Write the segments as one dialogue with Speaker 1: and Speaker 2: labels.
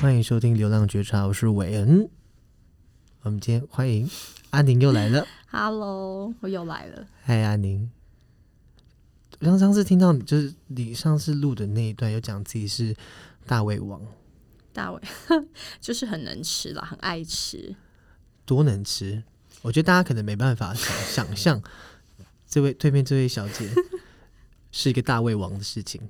Speaker 1: 欢迎收听《流浪觉察》，我是韦恩。我们今天欢迎安宁又来了，
Speaker 2: Hello，我又来了。
Speaker 1: 嗨，安宁。我像上次听到你，就是你上次录的那一段，有讲自己是大胃王，
Speaker 2: 大伟 就是很能吃啦，很爱吃。
Speaker 1: 多能吃。我觉得大家可能没办法想想象，这位对面这位小姐 是一个大胃王的事情。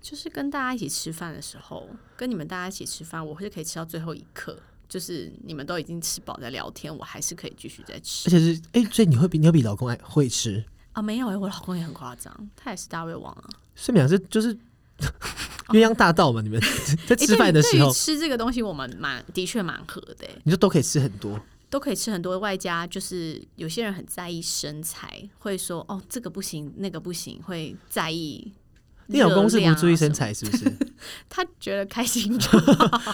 Speaker 2: 就是跟大家一起吃饭的时候，跟你们大家一起吃饭，我是可以吃到最后一刻。就是你们都已经吃饱在聊天，我还是可以继续再
Speaker 1: 而
Speaker 2: 吃
Speaker 1: 且是哎、所以你会比你有比老公还会吃，
Speaker 2: 啊！没有诶、我老公也很夸张，他也是大胃王啊。
Speaker 1: 所以你们俩是就是鸳鸯大道嘛？你们在
Speaker 2: 诶
Speaker 1: 吃饭的
Speaker 2: 对于
Speaker 1: 时
Speaker 2: 对
Speaker 1: 候
Speaker 2: 于，吃这个东西，我们蛮的确蛮合的诶、
Speaker 1: 你就都可以吃很多。
Speaker 2: 都可以吃很多。外加就是有些人很在意身材，会说哦这个不行，那个不行，会在意、啊
Speaker 1: 你老公是不注意身，材是不是？
Speaker 2: 他觉得开心就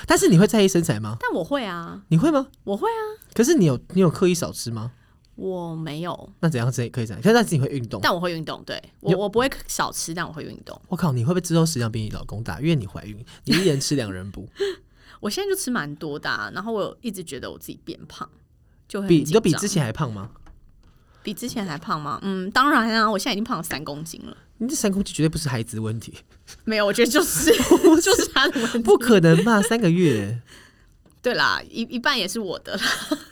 Speaker 1: 但是你会在意身材吗？
Speaker 2: 但我会啊，
Speaker 1: 你会吗？
Speaker 2: 我会啊，
Speaker 1: 可是你有你有刻意少吃吗？那
Speaker 2: 我没有，
Speaker 1: 那怎样才可以这样？可是那自己会运动。
Speaker 2: 但我会运动。对
Speaker 1: 有
Speaker 2: 我，我不会少吃，但我会运动。
Speaker 1: 我靠，你会不会之后食量比你老公大？因为你怀孕，你一人吃两人补，
Speaker 2: 我现在就吃蛮多的、啊，然后我有一直觉得我自己变胖，就会很
Speaker 1: 比你
Speaker 2: 紧
Speaker 1: 都比
Speaker 2: 张
Speaker 1: 之前还胖吗？
Speaker 2: 比之前还胖吗？嗯，当然啊，我现在已经胖了三公斤了。
Speaker 1: 你这三公斤绝对不是孩子问 题，
Speaker 2: 没有，我觉得就是 就是他的问题。
Speaker 1: 不可能吧？三个月，
Speaker 2: 对啦，一一半也是我的啦，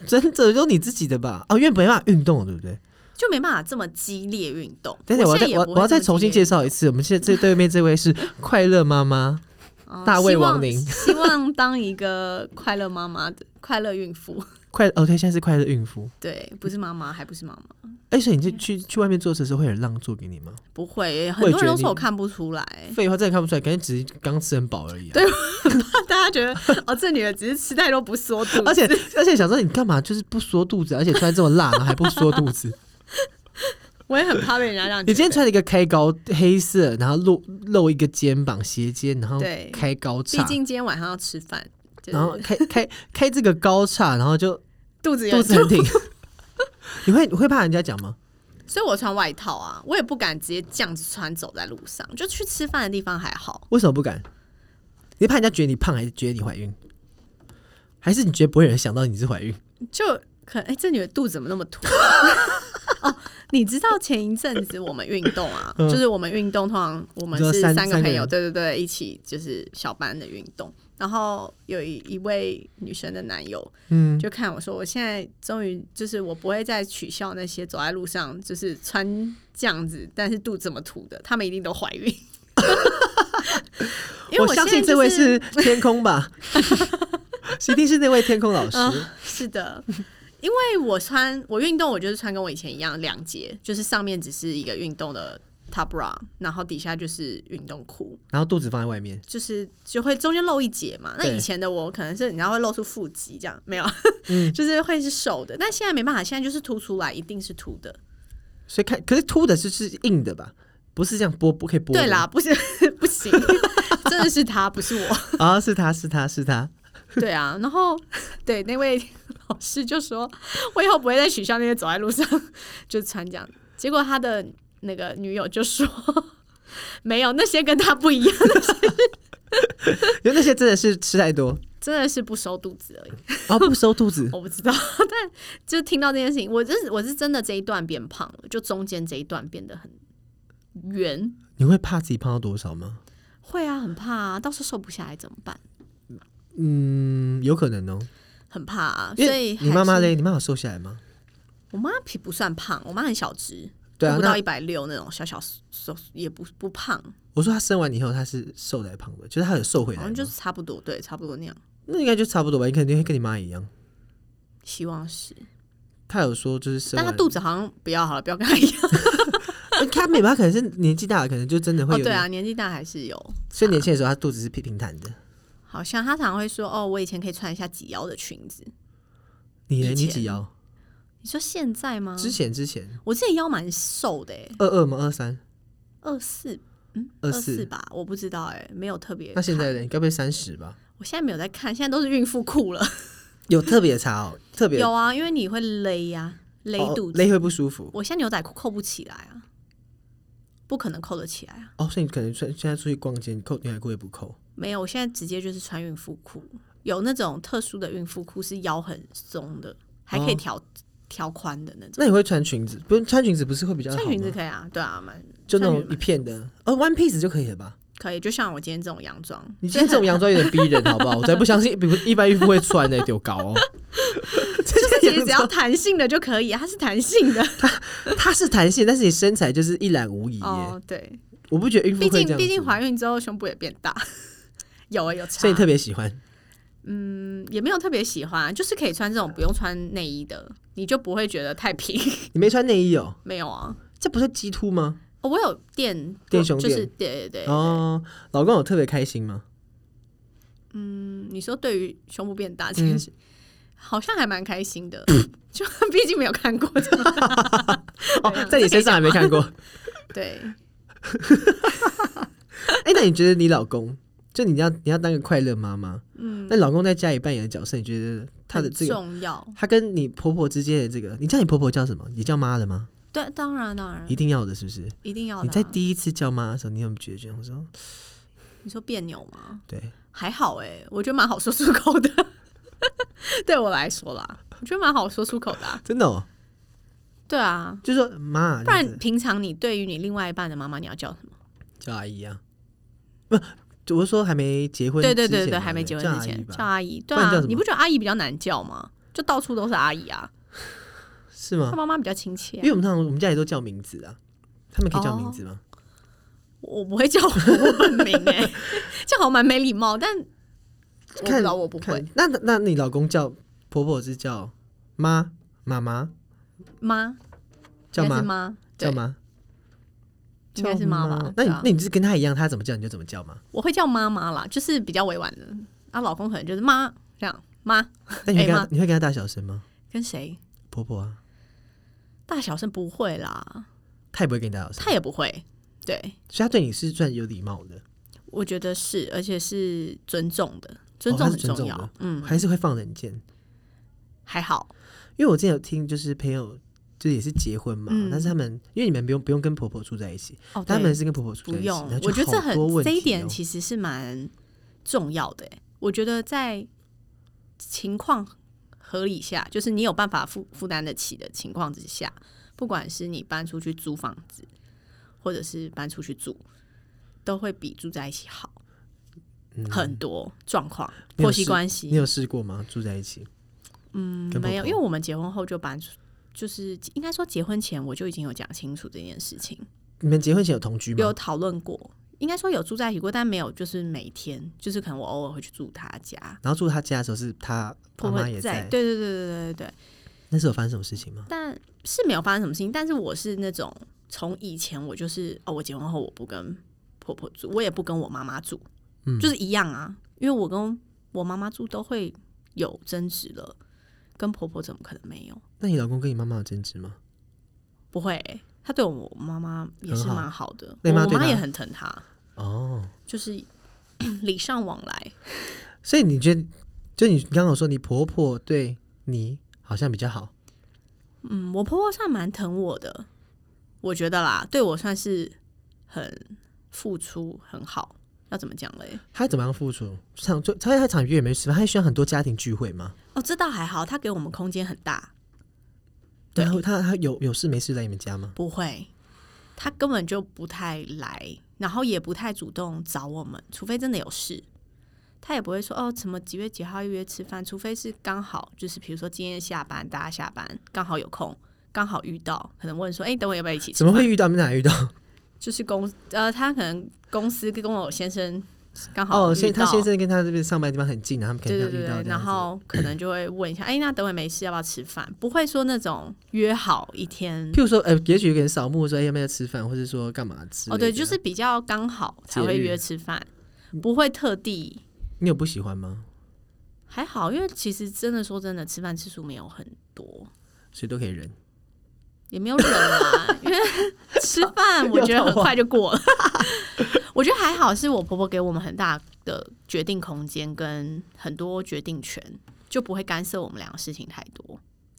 Speaker 1: 真的都你自己的吧？哦，因为没办法运动，对不对？
Speaker 2: 就没办法这么激烈运动。
Speaker 1: 等等，我要
Speaker 2: 现在
Speaker 1: 再
Speaker 2: 也
Speaker 1: 我
Speaker 2: 不会
Speaker 1: 我要再
Speaker 2: 这么
Speaker 1: 重新
Speaker 2: 激
Speaker 1: 介
Speaker 2: 烈
Speaker 1: 绍一次，我们现在这对面这位是快乐妈妈，
Speaker 2: 嗯
Speaker 1: 大胃王您
Speaker 2: 希望希望当一个快乐妈妈的快乐孕妇，
Speaker 1: 快哦对，现在是快乐孕妇。
Speaker 2: 对，不是妈妈，还不是妈妈。
Speaker 1: 哎，所以你就去去外面做事的时候，会有人让座给你吗？
Speaker 2: 不会，
Speaker 1: 我
Speaker 2: 很
Speaker 1: 也
Speaker 2: 多
Speaker 1: 觉得
Speaker 2: 人都说我
Speaker 1: 你
Speaker 2: 看不出来，
Speaker 1: 废话，真的看不出来，感觉只是刚吃很饱而已、啊。
Speaker 2: 大家觉得哦，这女的只是吃太多不缩肚，
Speaker 1: 而且而且想说你干嘛就是不缩肚子，而且穿这么辣，然后还不缩肚 子。
Speaker 2: 我也很怕被人家这样。
Speaker 1: 你今天，穿了一个开高黑色，然后露露一个肩膀斜肩，然后
Speaker 2: 对
Speaker 1: 开高
Speaker 2: 毕
Speaker 1: 叉，
Speaker 2: 竟今天晚上要吃饭，就是啊
Speaker 1: 然后开开开这个高叉，然后 就
Speaker 2: 肚子有
Speaker 1: 肚子很挺。你会你会怕人家讲吗？
Speaker 2: 所以我穿外套啊，我也不敢直接这样子穿走在路上，就去吃饭的地方还好。
Speaker 1: 为什么不敢？你怕人家觉得你胖，还是觉得你怀孕？还是你觉得不会有人想到你是怀孕？
Speaker 2: 就可哎、这女的肚子怎么那么凸？ 哦，你知道前一阵子我们运动 啊，
Speaker 1: 嗯
Speaker 2: 就是我们运动通常我们
Speaker 1: 你说
Speaker 2: 是
Speaker 1: 三
Speaker 2: 三个
Speaker 1: 三个
Speaker 2: 朋友，
Speaker 1: 人
Speaker 2: 对对对，一起就是小班的运动。然后有一一位女生的男友，
Speaker 1: 嗯，
Speaker 2: 就看我说，我现在终于就是我不会再取笑那些走在路上就是穿这样子，但是肚子这么凸的，他们一定都怀 孕。因为
Speaker 1: 我
Speaker 2: 现
Speaker 1: 相
Speaker 2: 在
Speaker 1: 信
Speaker 2: 就
Speaker 1: 这位是天空吧， 一定是那位天空老师。
Speaker 2: 嗯，是的，因为我穿我运动，我就是穿跟我以前一样两节，就是上面只是一个运动的 top bra，然后底下就是运动裤，
Speaker 1: 然后肚子放在外面，
Speaker 2: 就是就会中间露一节嘛。那
Speaker 1: 对
Speaker 2: 以前的我可能是你知道会露出腹肌这样，没有，
Speaker 1: 嗯
Speaker 2: 就是会是瘦的，但现在没办法，现在就是凸出来，一定是凸的。
Speaker 1: 所以看，可是凸的是是硬的吧？不是这样拨，不可以拨。
Speaker 2: 对啦，，不是 不行，真的是他，不是我。
Speaker 1: 啊、是他是他是他，
Speaker 2: 对啊，然后对那位老师就说，我以后不会再取笑那些走在路上就穿这样。结果他的那个女友就说，没有那些跟他不一样，
Speaker 1: 因为那些真的是吃太 多，
Speaker 2: 真的是不收肚子而已。，
Speaker 1: 然后不收肚子
Speaker 2: 我不知道，但就听到这件事情，我真是我是真的这一段变胖了，就中间这一段变得很圆。
Speaker 1: 你会怕自己胖到多少吗？
Speaker 2: 会啊，很怕啊，到时候瘦不下来怎么办？
Speaker 1: 嗯，有可能哦。
Speaker 2: 很怕啊，
Speaker 1: 因
Speaker 2: 所
Speaker 1: 为
Speaker 2: 以
Speaker 1: 你妈妈
Speaker 2: 还是
Speaker 1: 嘞，你妈有瘦下来吗？
Speaker 2: 我妈皮不算胖，我妈很小只，
Speaker 1: 对啊
Speaker 2: 就不
Speaker 1: 那
Speaker 2: 到一百六那种小小瘦，也不不胖，
Speaker 1: 我说她生完以后她是瘦的还是胖的，就是她有瘦回
Speaker 2: 好
Speaker 1: 来
Speaker 2: 像
Speaker 1: 吗。
Speaker 2: 就是差不多，对，差不多那样，
Speaker 1: 那应该就差不多吧，你肯定会跟你妈一样。
Speaker 2: 希望是。
Speaker 1: 她有说就是生
Speaker 2: 但她
Speaker 1: 完，
Speaker 2: 肚子好像不要好了，不要跟她一样。
Speaker 1: 呃她没有，她可能是年纪大了，可能就真 的会
Speaker 2: 哦，
Speaker 1: 有。
Speaker 2: 对啊，年纪大还是有。
Speaker 1: 所以年轻的时候她肚子是平平坦的。
Speaker 2: 好像她常常会说：“哦，我以前可以穿一下几腰的裙子。
Speaker 1: 你嘞，
Speaker 2: 以
Speaker 1: 你
Speaker 2: 前嗯
Speaker 1: 几腰？”
Speaker 2: 你说现在吗？
Speaker 1: 之前之前
Speaker 2: 我之前腰蛮瘦的、欸，
Speaker 1: 二二吗？二三
Speaker 2: 二四，嗯，
Speaker 1: 二
Speaker 2: 二
Speaker 1: 四
Speaker 2: 四吧，我不知道、欸，哎，没有特别看。
Speaker 1: 那现在嘞，该不会三十吧？
Speaker 2: 我现在没有在看，现在都是孕妇裤了。
Speaker 1: 有特别差哦，特别
Speaker 2: 有啊，因为你会勒呀、勒
Speaker 1: 哦
Speaker 2: 肚子。
Speaker 1: 勒会不舒服
Speaker 2: 我现在牛仔裤扣不起来啊，不可能扣得起来啊。
Speaker 1: 哦，所以你可能穿现在出去逛街，你扣牛仔裤也不扣。
Speaker 2: 没有，我现在直接就是穿孕妇裤，有那种特殊的孕妇裤是腰很松的，还可以
Speaker 1: 哦
Speaker 2: 调调宽的那种。
Speaker 1: 那你会穿裙子？不是穿裙子不是会比较好
Speaker 2: 穿
Speaker 1: 吗？
Speaker 2: 裙子可以啊，对啊，蛮
Speaker 1: 就那
Speaker 2: 穿
Speaker 1: 种
Speaker 2: 裙子
Speaker 1: 一片的，哦，one piece 就可以了吧？
Speaker 2: 可以。就像我今天这种洋 装，
Speaker 1: 你今天这种洋装有点逼人，好不好？我才不相信，比如一般孕妇会穿呢、欸，丢高 哦。
Speaker 2: 就是其实只
Speaker 1: 洋
Speaker 2: 要
Speaker 1: 装
Speaker 2: 弹性的就可以，啊它是弹 性的。
Speaker 1: 它是弹性，但是你身材就是一览无遗、耶。
Speaker 2: 哦，对，
Speaker 1: 我不觉得孕妇
Speaker 2: 毕
Speaker 1: 会这样
Speaker 2: 竟
Speaker 1: 子
Speaker 2: 毕竟怀孕之后胸部也变大， 有啊有差
Speaker 1: 所以，你特别喜欢。
Speaker 2: 嗯，也没有特别喜欢，啊就是可以穿这种不用穿内衣的，你就不会觉得太平。
Speaker 1: 你没穿内衣哦？
Speaker 2: 没有啊，
Speaker 1: 这不是鸡突吗？
Speaker 2: 哦我有垫
Speaker 1: 垫胸
Speaker 2: 就是
Speaker 1: 垫
Speaker 2: 对对对。啊
Speaker 1: 哦，老公有特别开心吗？
Speaker 2: 嗯，你说对于胸部变大这件事，
Speaker 1: 嗯
Speaker 2: 好像还蛮开心的， 就毕竟没有看过的。 对
Speaker 1: 哦
Speaker 2: 啊，
Speaker 1: 在你身上还没看过。
Speaker 2: 对，
Speaker 1: 哎、那你觉得你老公，就你要你要当个快乐妈妈，嗯，那老公在家里扮演的角色，你觉得他的
Speaker 2: 很
Speaker 1: 这个，
Speaker 2: 重要，
Speaker 1: 他跟你婆婆之间的这个，你叫你婆婆叫什么？你叫妈的吗？
Speaker 2: 对，当然当然
Speaker 1: 一定要的，是不是？
Speaker 2: 一定要的啊。
Speaker 1: 你在第一次叫妈的时候，你有没有觉得这样？我说
Speaker 2: 你说别扭吗？
Speaker 1: 对，
Speaker 2: 还好哎、我觉得蛮好说出口的。 对我来说啦，我觉得蛮好说出口的啊、
Speaker 1: 真的、哦，
Speaker 2: 对啊，
Speaker 1: 就说妈，
Speaker 2: 不然平常你对于你另外一半的妈妈，你要叫什么？
Speaker 1: 叫阿姨啊，不，我是说还没结婚之
Speaker 2: 对
Speaker 1: 前嘛，
Speaker 2: 对对
Speaker 1: 不
Speaker 2: 对，还没结婚之前
Speaker 1: 叫
Speaker 2: 叫
Speaker 1: 阿姨吧
Speaker 2: 阿姨，对
Speaker 1: 不然叫
Speaker 2: 啊
Speaker 1: 什，么
Speaker 2: 你不觉得阿姨比较难叫吗？就到处都是阿姨啊，
Speaker 1: 是吗
Speaker 2: 她？妈妈比较亲切啊、
Speaker 1: 因为我们通常我们家里都叫名字啊，他们可以叫名
Speaker 2: 哦
Speaker 1: 字吗？
Speaker 2: 我不会叫我本名哎、 这样好像蛮没礼貌，但我不
Speaker 1: 看
Speaker 2: 知道我不会
Speaker 1: 看那那那你老公叫婆婆是叫妈妈妈
Speaker 2: 妈，
Speaker 1: 叫
Speaker 2: 应该是
Speaker 1: 妈
Speaker 2: 妈，对
Speaker 1: 叫，妈，
Speaker 2: 应该是妈吧
Speaker 1: 那
Speaker 2: 对
Speaker 1: 你
Speaker 2: 啊
Speaker 1: 那你就是跟他一样，他怎么叫你就怎么叫 吗？
Speaker 2: 我会叫妈妈啦，就是比较委婉的。啊，老公可能就是妈这样，妈
Speaker 1: 那你会
Speaker 2: 哎
Speaker 1: 跟
Speaker 2: 妈
Speaker 1: 他你会跟他大小声吗？
Speaker 2: 跟谁
Speaker 1: 婆婆啊，
Speaker 2: 大小声不会啦，
Speaker 1: 他也不会跟你大小声，
Speaker 2: 他也不会。对，
Speaker 1: 所以他对你是算有礼貌的，
Speaker 2: 我觉得是，而且是尊重的，尊
Speaker 1: 哦
Speaker 2: 重
Speaker 1: 他
Speaker 2: 很
Speaker 1: 是尊重
Speaker 2: 重要。
Speaker 1: 的
Speaker 2: 嗯，
Speaker 1: 还是会放人见。
Speaker 2: 还好，
Speaker 1: 因为我之前有听，就是朋友就也是结婚嘛，
Speaker 2: 嗯
Speaker 1: 但是他们因为你们不用不用跟婆婆住在一起，
Speaker 2: 哦，
Speaker 1: 他
Speaker 2: 对
Speaker 1: 们是跟婆婆住
Speaker 2: 不
Speaker 1: 在一起，
Speaker 2: 用
Speaker 1: 然后，就
Speaker 2: 我觉得这
Speaker 1: 好多
Speaker 2: 很
Speaker 1: 问
Speaker 2: 这
Speaker 1: 题
Speaker 2: 一点
Speaker 1: 哦
Speaker 2: 其实是蛮重要的欸。我觉得在情况合理下，就是你有办法负负担得起的情况之下，不管是你搬出去租房子，或者是搬出去住，都会比住在一起好、
Speaker 1: 嗯
Speaker 2: 很多。状况
Speaker 1: 你有
Speaker 2: 婆媳
Speaker 1: 试
Speaker 2: 关
Speaker 1: 你
Speaker 2: 系，
Speaker 1: 有试过吗？住在一起？
Speaker 2: 嗯
Speaker 1: 跟，婆
Speaker 2: 没有，
Speaker 1: 婆
Speaker 2: 因为我们结婚后就搬出，就是应该说结婚前我就已经有讲清楚这件事情。
Speaker 1: 你们结婚前有同居
Speaker 2: 有
Speaker 1: 吗？
Speaker 2: 讨论过，应该说有住在一起过，但没有就是每天，就是可能我偶尔会去住他家，
Speaker 1: 然后住他家的时候是他
Speaker 2: 婆
Speaker 1: 妈
Speaker 2: 婆
Speaker 1: 妈也
Speaker 2: 在，对对对对对对对，
Speaker 1: 那时候有发生什么事情吗？
Speaker 2: 但是没有发生什么事情，但是我是那种从以前我就是哦，我结婚后我不跟婆婆住，我也不跟我妈妈住，
Speaker 1: 嗯
Speaker 2: 就是一样啊，因为我跟我妈妈住都会有争执了，跟婆婆怎么可能没有？
Speaker 1: 那你老公跟你妈妈有争执吗？
Speaker 2: 不会欸、她对我妈妈也是
Speaker 1: 很好
Speaker 2: 蛮好的，
Speaker 1: 那你妈
Speaker 2: 我
Speaker 1: 对
Speaker 2: 妈
Speaker 1: 她
Speaker 2: 也很疼她，
Speaker 1: 哦，
Speaker 2: 就是 礼尚往来。
Speaker 1: 所以你觉得，就你刚刚有说你婆婆对你好像比较好，
Speaker 2: 嗯，我婆婆算蛮疼我的，我觉得啦，对我算是很付出很好。要怎么讲嘞？
Speaker 1: 她怎么样付出？场就她她场月也没吃饭，她需要很多家庭聚会吗？
Speaker 2: 哦，这倒还好，她给我们空间很大，对
Speaker 1: 然后她她有有事没事来你们家吗？
Speaker 2: 不会，她根本就不太来，然后也不太主动找我们，除非真的有事，她也不会说哦什么几月几号要约吃饭，除非是刚好就是比如说今天下班大家下班刚好有空，刚好遇到，可能问说哎、等我要不要一起吃
Speaker 1: 怎么
Speaker 2: 饭
Speaker 1: 会遇到？你们哪遇到？
Speaker 2: 就是公呃，他可能公司跟我先生刚好
Speaker 1: 哦，
Speaker 2: 遇
Speaker 1: 所以
Speaker 2: 到，
Speaker 1: 他先生跟他这边上班的地方很近，然啊后他们可
Speaker 2: 对
Speaker 1: 能
Speaker 2: 对
Speaker 1: 要遇
Speaker 2: 对
Speaker 1: 到
Speaker 2: 对，
Speaker 1: 这
Speaker 2: 然
Speaker 1: 样子
Speaker 2: 后可能就会问一下，哎、那等会没事要不要吃饭？不会说那种约好一天
Speaker 1: 譬如说，呃，也许有个人扫墓说哎要不要吃饭，或者说干嘛之类
Speaker 2: 哦，
Speaker 1: 的
Speaker 2: 对，就是比较刚好才
Speaker 1: 节
Speaker 2: 会
Speaker 1: 日嗯
Speaker 2: 约吃饭，不会特地。
Speaker 1: 你有不喜欢吗？
Speaker 2: 还好，因为其实真的说真的，吃饭次数没有很多，
Speaker 1: 谁都可以忍。
Speaker 2: 也没有忍啦，因为吃饭我觉得很快就过了。我觉得还好，是我婆婆给我们很大的决定空间跟很多决定权，就不会干涉我们两个事情太多。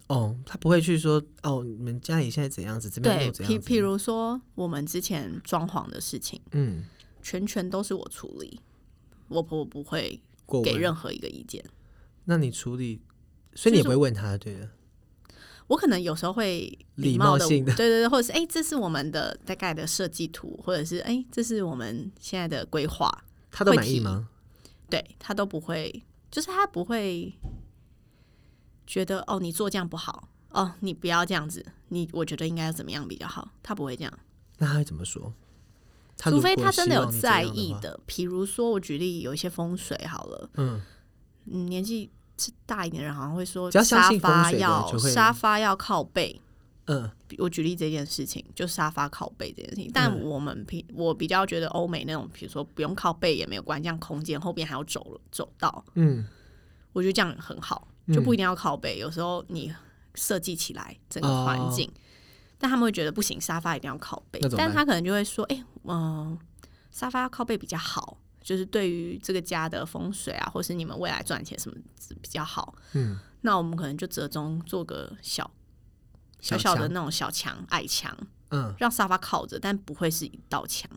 Speaker 1: 哦，他不会去说哦，你们家里现在怎样子，这边
Speaker 2: 对
Speaker 1: 又，怎
Speaker 2: 譬
Speaker 1: 样
Speaker 2: 譬
Speaker 1: 子。
Speaker 2: 如说我们之前装潢的事情，
Speaker 1: 嗯，
Speaker 2: 全权都是我处理，我婆婆不会
Speaker 1: 过
Speaker 2: 给
Speaker 1: 问，
Speaker 2: 任何一个意见。
Speaker 1: 那你处理，所以你也不
Speaker 2: 就是
Speaker 1: 会问他，对的。
Speaker 2: 我可能有时候会
Speaker 1: 礼
Speaker 2: 貌
Speaker 1: 貌
Speaker 2: 的，
Speaker 1: 性的
Speaker 2: 对对对，或者是哎、诶这是我们的大概的设计图，或者是哎、诶这是我们现在的规划，
Speaker 1: 他都
Speaker 2: 会
Speaker 1: 满意
Speaker 2: 提
Speaker 1: 吗？
Speaker 2: 对他都不会，就是他不会觉得哦，你做这样不好，哦，你不要这样子，你我觉得应该要怎么样比较好，他不会这样，
Speaker 1: 那他会怎么说？他
Speaker 2: 除
Speaker 1: 如
Speaker 2: 非
Speaker 1: 果
Speaker 2: 他真
Speaker 1: 希
Speaker 2: 的有
Speaker 1: 望你怎
Speaker 2: 在
Speaker 1: 样
Speaker 2: 意
Speaker 1: 话，
Speaker 2: 的，比如说我举例有一些风水好了，
Speaker 1: 嗯，
Speaker 2: 嗯，年纪大一点的人好像会说，
Speaker 1: 只要相
Speaker 2: 沙
Speaker 1: 信风
Speaker 2: 发
Speaker 1: 水的
Speaker 2: 要
Speaker 1: 就会
Speaker 2: 沙发要靠背，
Speaker 1: 嗯，
Speaker 2: 比我举例这件事情，就沙发靠背这件事情，但
Speaker 1: 嗯
Speaker 2: 我们平我比较觉得欧美那种，比如说不用靠背也没有关系，这样空间后边还有走走道，
Speaker 1: 嗯，
Speaker 2: 我觉得这样很好，
Speaker 1: 嗯
Speaker 2: 就不一定要靠背。有时候你设计起来整个环境，但他们会觉得不行，沙发一定要靠背
Speaker 1: 哦那，怎么办
Speaker 2: 但他可能就会说，哎、嗯、沙发要靠背比较好，就是对于这个家的风水啊，或是你们未来赚钱什么比较好。
Speaker 1: 嗯，
Speaker 2: 那我们可能就折中做个小小
Speaker 1: 小
Speaker 2: 小的
Speaker 1: 墙
Speaker 2: 那种小墙矮墙，
Speaker 1: 嗯，
Speaker 2: 让沙发靠着，但不会是一道墙。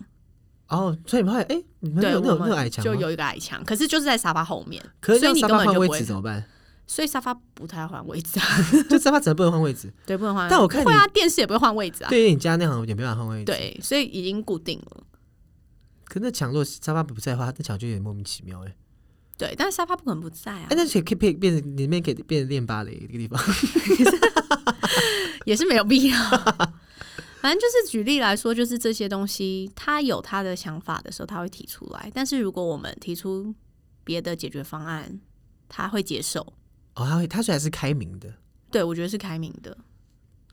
Speaker 1: 哦，所以你们会哎，你们
Speaker 2: 对，
Speaker 1: 有那
Speaker 2: 我
Speaker 1: 种那种矮
Speaker 2: 们
Speaker 1: 墙
Speaker 2: 就
Speaker 1: 吗，
Speaker 2: 有一个矮墙，可是就是在沙发后面，
Speaker 1: 可是
Speaker 2: 所以
Speaker 1: 让
Speaker 2: 你
Speaker 1: 沙
Speaker 2: 根
Speaker 1: 发换
Speaker 2: 本就
Speaker 1: 位
Speaker 2: 不会
Speaker 1: 置，怎么办？
Speaker 2: 所以沙发不太换位置啊。
Speaker 1: 就沙发只能不能换位置，
Speaker 2: 对，不能换。
Speaker 1: 但我看
Speaker 2: 会
Speaker 1: 你
Speaker 2: 啊，电视也不会换位置啊。
Speaker 1: 对于你家那行也没办法换位置。，
Speaker 2: 对，所以已经固定了。
Speaker 1: 可那墙如果沙发不在的话，那墙就有点莫名其妙哎。
Speaker 2: 对，但是沙发不可能不在啊
Speaker 1: 哎，，那可以变变成里面可以变成练吧的一个地方。
Speaker 2: 也是没有必要。 反正就是举例来说，就是这些东西，他有他的想法的时候，他会提出来。但是如果我们提出别的解决方案，他会接受。
Speaker 1: 哦，他会，他虽然是开明的，
Speaker 2: 对，我觉得是开明的。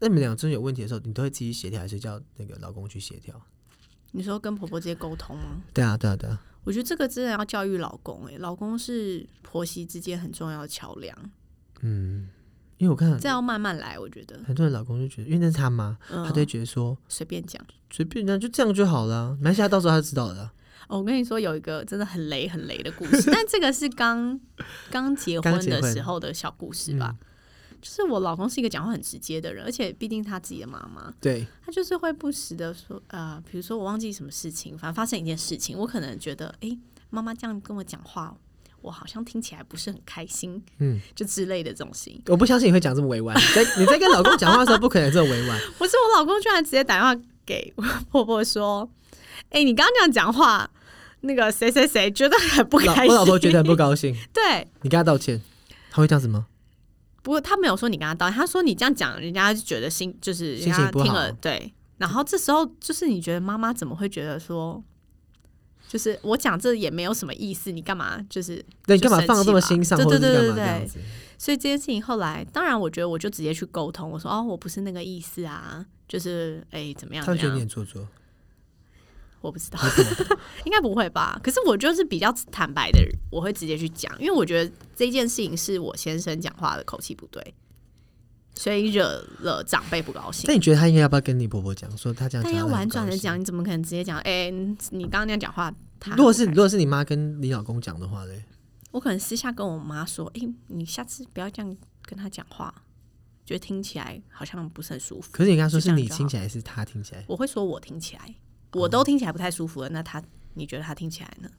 Speaker 1: 那你们俩真的有问题的时候，你都会自己协调，还是叫那个老公去协调？
Speaker 2: 你说跟婆婆之间沟通吗？
Speaker 1: 对啊，对啊，对啊。
Speaker 2: 我觉得这个真的要教育老公、欸，老公是婆媳之间很重要的桥梁，
Speaker 1: 嗯，因为我看
Speaker 2: 这要慢慢来。我觉得，
Speaker 1: 很多人老公就觉得，因为那是他妈，
Speaker 2: 嗯
Speaker 1: 他都会觉得说
Speaker 2: 随便讲。
Speaker 1: 随便那就这样就好了啊，没事，到时候他就知道了啊。
Speaker 2: 哦，我跟你说，有一个真的很雷很雷的故事，但这个是 刚刚结
Speaker 1: 刚
Speaker 2: 婚
Speaker 1: 结
Speaker 2: 的
Speaker 1: 婚嗯
Speaker 2: 时候的小故事吧。就是我老公是一个讲话很直接的人，而且毕竟他自己的妈妈，
Speaker 1: 对，
Speaker 2: 他就是会不时的说，呃，比如说我忘记什么事情，反正发生一件事情，我可能觉得，诶，妈妈这样跟我讲话，我好像听起来不是很开心，
Speaker 1: 嗯，
Speaker 2: 就之类的东西。
Speaker 1: 我不相信你会讲这么委婉。你在 你在跟老公讲话的时候，不可能这么委婉。
Speaker 2: 不是我老公居然直接打电话给我婆婆说，诶，你刚刚这样讲话，那个谁谁谁觉得很不
Speaker 1: 老
Speaker 2: 开心，
Speaker 1: 我老婆觉得很不高兴，
Speaker 2: 对。
Speaker 1: 你跟他道歉，他会这样子吗？
Speaker 2: 不过他没有说你跟他道歉，他说你这样讲，人家就觉得心就是人
Speaker 1: 心情
Speaker 2: 家
Speaker 1: 不好
Speaker 2: 听了对。然后这时候就是你觉得妈妈怎么会觉得说，就是我讲这也没有什么意思，你干嘛就是？
Speaker 1: 那你干嘛
Speaker 2: 就生气
Speaker 1: 放得这么
Speaker 2: 吧
Speaker 1: 心上，
Speaker 2: 对
Speaker 1: 或者
Speaker 2: 对
Speaker 1: 是干
Speaker 2: 对
Speaker 1: 嘛这
Speaker 2: 对
Speaker 1: 样
Speaker 2: 对
Speaker 1: 子？
Speaker 2: 所以这件事情后来，当然我觉得我就直接去沟通，我说哦，我不是那个意思啊，就是哎怎么样
Speaker 1: 他会
Speaker 2: 怎么
Speaker 1: 觉得你
Speaker 2: 样，
Speaker 1: 很做作。
Speaker 2: 我不知道，应该不会吧？可是我就是比较坦白的人，我会直接去讲，因为我觉得这件事情是我先生讲话的口气不对，所以惹了长辈不高兴。
Speaker 1: 那你觉得他应该要不要跟你婆婆讲，说他这样
Speaker 2: 但
Speaker 1: 讲
Speaker 2: 要
Speaker 1: 她很
Speaker 2: 婉
Speaker 1: 不
Speaker 2: 转
Speaker 1: 高
Speaker 2: 的
Speaker 1: 兴
Speaker 2: 讲，你怎么可能直接讲？哎、你你刚刚那样讲话，他
Speaker 1: 如果是
Speaker 2: 很
Speaker 1: 如果是你妈跟你老公讲的话嘞，
Speaker 2: 我可能私下跟我妈说，哎、你下次不要这样跟他讲话，觉得听起来好像不是很舒服。
Speaker 1: 可是你跟他说
Speaker 2: 就是这样
Speaker 1: 你
Speaker 2: 就好
Speaker 1: 听起来还是他听起来，
Speaker 2: 我会说我听起来，我
Speaker 1: 哦
Speaker 2: 都听起来不太舒服了，那他你觉得他听起来呢？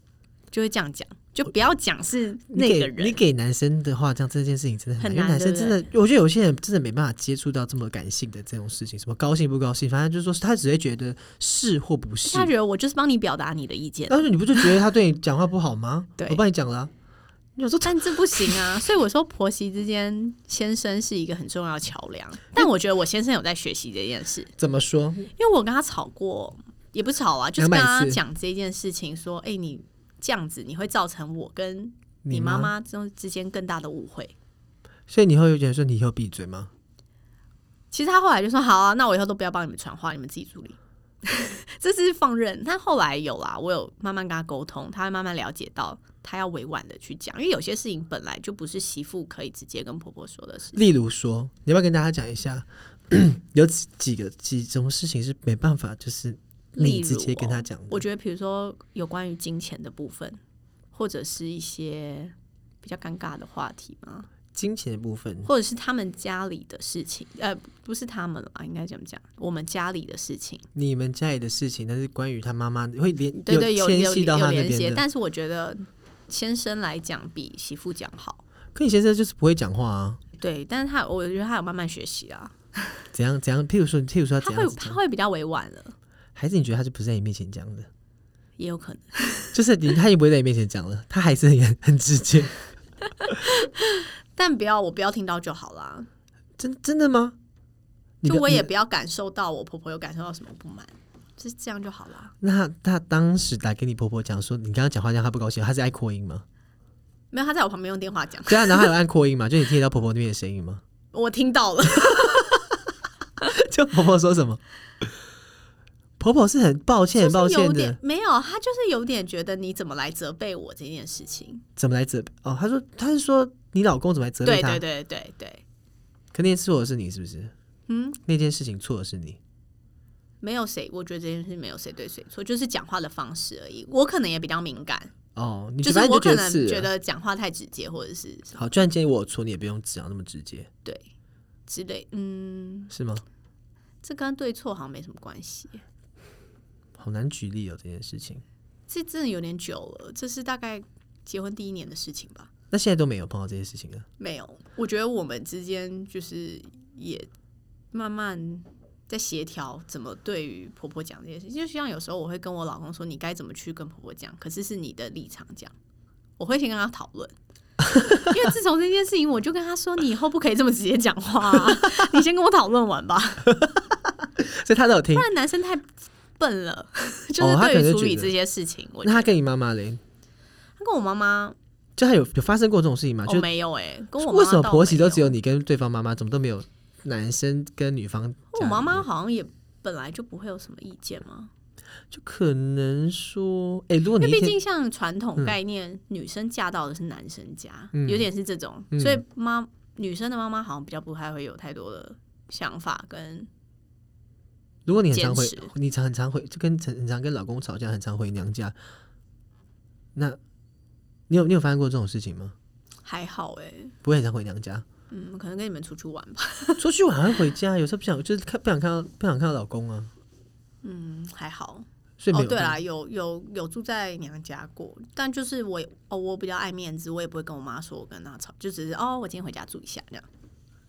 Speaker 2: 就会这样讲，就不要讲是
Speaker 1: 你
Speaker 2: 那
Speaker 1: 给
Speaker 2: 个
Speaker 1: 你
Speaker 2: 人。
Speaker 1: 给男生的话，这样这件事情真的很难，因
Speaker 2: 很
Speaker 1: 为
Speaker 2: 难
Speaker 1: 男生
Speaker 2: 对
Speaker 1: 真
Speaker 2: 不
Speaker 1: 的，我觉得有些人真的没办法接触到这么感性的这种事情，什么高兴不高兴，反正就是说他只会觉得是或不是
Speaker 2: 他。觉得我就是帮你表达你的意见，
Speaker 1: 但是你不就觉得他对你讲话不好吗？
Speaker 2: 对
Speaker 1: 我帮你讲了啊、你有时候
Speaker 2: 但这不行啊！所以我说婆媳之间，先生是一个很重要的桥 梁。但我觉得我先生有在学习这件事，
Speaker 1: 怎么说？
Speaker 2: 因为我跟他吵过，也不吵啊，就是
Speaker 1: 两百
Speaker 2: 跟
Speaker 1: 次
Speaker 2: 他讲这件事情，说，哎、你这样子你会造成我跟你妈
Speaker 1: 妈，
Speaker 2: 妈之之间更大的误会。
Speaker 1: 所以你会有点说你以后闭嘴吗？
Speaker 2: 其实他后来就说，好啊，那我以后都不要帮你们传话，你们自己处理。 这是放任，但后来有啦，我有慢慢跟他沟通，他会慢慢了解到他要委婉的去讲，因为有些事情本来就不是媳妇可以直接跟婆婆说的事。
Speaker 1: 例如说，你要不要跟大家讲一下， 有几几个几种事情是没办法，就是
Speaker 2: 例
Speaker 1: 你
Speaker 2: 如
Speaker 1: 直接跟
Speaker 2: 哦
Speaker 1: 他讲的？
Speaker 2: 我觉得，比如说有关于金钱的部分，或者是一些比较尴尬的话题嘛，
Speaker 1: 金钱的部分，
Speaker 2: 或者是他们家里的事情，呃，不是他们啦，应该怎么讲？我们家里的事情，
Speaker 1: 你们家里的事情，但是关于他妈妈会连
Speaker 2: 对对，有
Speaker 1: 牵
Speaker 2: 有
Speaker 1: 系到
Speaker 2: 有
Speaker 1: 他那
Speaker 2: 联
Speaker 1: 边
Speaker 2: 系，
Speaker 1: 的。
Speaker 2: 但是我觉得先生来讲比媳妇讲好，
Speaker 1: 可你先生就是不会讲话啊，
Speaker 2: 对，但是他我觉得他有慢慢学习啊，
Speaker 1: 怎样怎样？譬如说，譬如说他怎
Speaker 2: 他
Speaker 1: 样
Speaker 2: 会
Speaker 1: 子
Speaker 2: 他
Speaker 1: 讲，
Speaker 2: 会比较委婉了，
Speaker 1: 还是你觉得他就不是在你面前讲的？
Speaker 2: 也有可能。
Speaker 1: 就是你他也不会在你面前讲了，他还是很很直接。
Speaker 2: 但不要我不要听到就好啦，
Speaker 1: 真真的吗？你
Speaker 2: 就
Speaker 1: 的
Speaker 2: 我也
Speaker 1: 嗯你
Speaker 2: 不要感受到我婆婆有感受到什么不满，就这样就好啦。
Speaker 1: 那他他当时打给你婆婆讲说，你刚刚讲话让她不高兴，她是爱扩音吗？
Speaker 2: 没有，她在我旁边用电话讲，
Speaker 1: 对啊，然后还有按扩音嘛，就你听得到婆婆那边的声音吗？
Speaker 2: 我听到了，
Speaker 1: 就婆婆说什么？婆婆是很抱歉，很抱
Speaker 2: 有
Speaker 1: 歉
Speaker 2: 点
Speaker 1: 的，
Speaker 2: 没有，她就是有点觉得你怎么来责备我这件事情。
Speaker 1: 怎么来责备？哦，她说她是说你老公怎么来责备
Speaker 2: 对
Speaker 1: 她？
Speaker 2: 对对对对，
Speaker 1: 可那件事错的是你是不是？
Speaker 2: 嗯，
Speaker 1: 那件事情错的是你，
Speaker 2: 没有谁，我觉得这件事没有谁对谁错，就是讲话的方式而已。我可能也比较敏感，
Speaker 1: 哦，你
Speaker 2: 就是
Speaker 1: 反正
Speaker 2: 我
Speaker 1: 你就觉
Speaker 2: 可
Speaker 1: 得
Speaker 2: 能
Speaker 1: 是啊
Speaker 2: 觉
Speaker 1: 了
Speaker 2: 得讲话太直接，或者是什么
Speaker 1: 好，就算建议我有错，你也不用讲那么直接，
Speaker 2: 对之类，嗯，
Speaker 1: 是吗？
Speaker 2: 这跟对错好像没什么关系。
Speaker 1: 好难举例哦，这件事情。
Speaker 2: 这真的有点久了，这是大概结婚第一年的事情吧？
Speaker 1: 那现在都没有碰到这些事情了，
Speaker 2: 没有，我觉得我们之间就是也慢慢在协调怎么对于婆婆讲这件事情。就像有时候我会跟我老公说，你该怎么去跟婆婆讲，可是是你的立场讲，我会先跟他讨论。 因为自从这件事情，我就跟他说，你以后不可以这么直接讲话、啊， 你先跟我讨论完吧，
Speaker 1: 所以她都有听
Speaker 2: 不。然男生太笨了，就
Speaker 1: 哦
Speaker 2: 是
Speaker 1: 他可
Speaker 2: 对
Speaker 1: 能
Speaker 2: 于
Speaker 1: 就
Speaker 2: 处理
Speaker 1: 觉得
Speaker 2: 这些事情，我
Speaker 1: 那
Speaker 2: 觉
Speaker 1: 她
Speaker 2: 得
Speaker 1: 跟你妈妈嘞？
Speaker 2: 他跟我妈妈
Speaker 1: 就她有有发生过这种事情吗？
Speaker 2: 我
Speaker 1: 就
Speaker 2: 没有哎、跟我妈
Speaker 1: 为什么
Speaker 2: 倒
Speaker 1: 婆媳
Speaker 2: 没
Speaker 1: 都只
Speaker 2: 有
Speaker 1: 有？你跟对方妈妈，怎么都没有男生跟女方？
Speaker 2: 哦我妈妈好像也本来就不会有什么意见嘛，
Speaker 1: 就可能说，哎、如果
Speaker 2: 因
Speaker 1: 你
Speaker 2: 为
Speaker 1: 一
Speaker 2: 毕
Speaker 1: 天
Speaker 2: 竟像传统
Speaker 1: 嗯
Speaker 2: 概念，女生嫁到的是男生家，
Speaker 1: 嗯
Speaker 2: 有点是这种，
Speaker 1: 嗯
Speaker 2: 所以妈女生的妈妈好像比较不太会有太多的想法跟
Speaker 1: 如果你很常回
Speaker 2: 坚持，
Speaker 1: 你常很常回，就跟很很常跟老公吵架，很常回娘家，那你有你有发生过这种事情吗？
Speaker 2: 还好哎、
Speaker 1: 不会很常回娘家，
Speaker 2: 嗯，可能跟你们出去玩吧，
Speaker 1: 出去玩还会回家，有时候不想就是看不想看到不想看到老公啊，
Speaker 2: 嗯，还好。
Speaker 1: 所以没
Speaker 2: 哦，
Speaker 1: 有、
Speaker 2: 对啦，有有有住在娘家过，但就是我也哦，我比较爱面子，我也不会跟我妈说我跟她吵，就只是哦，我今天回家住一下这样。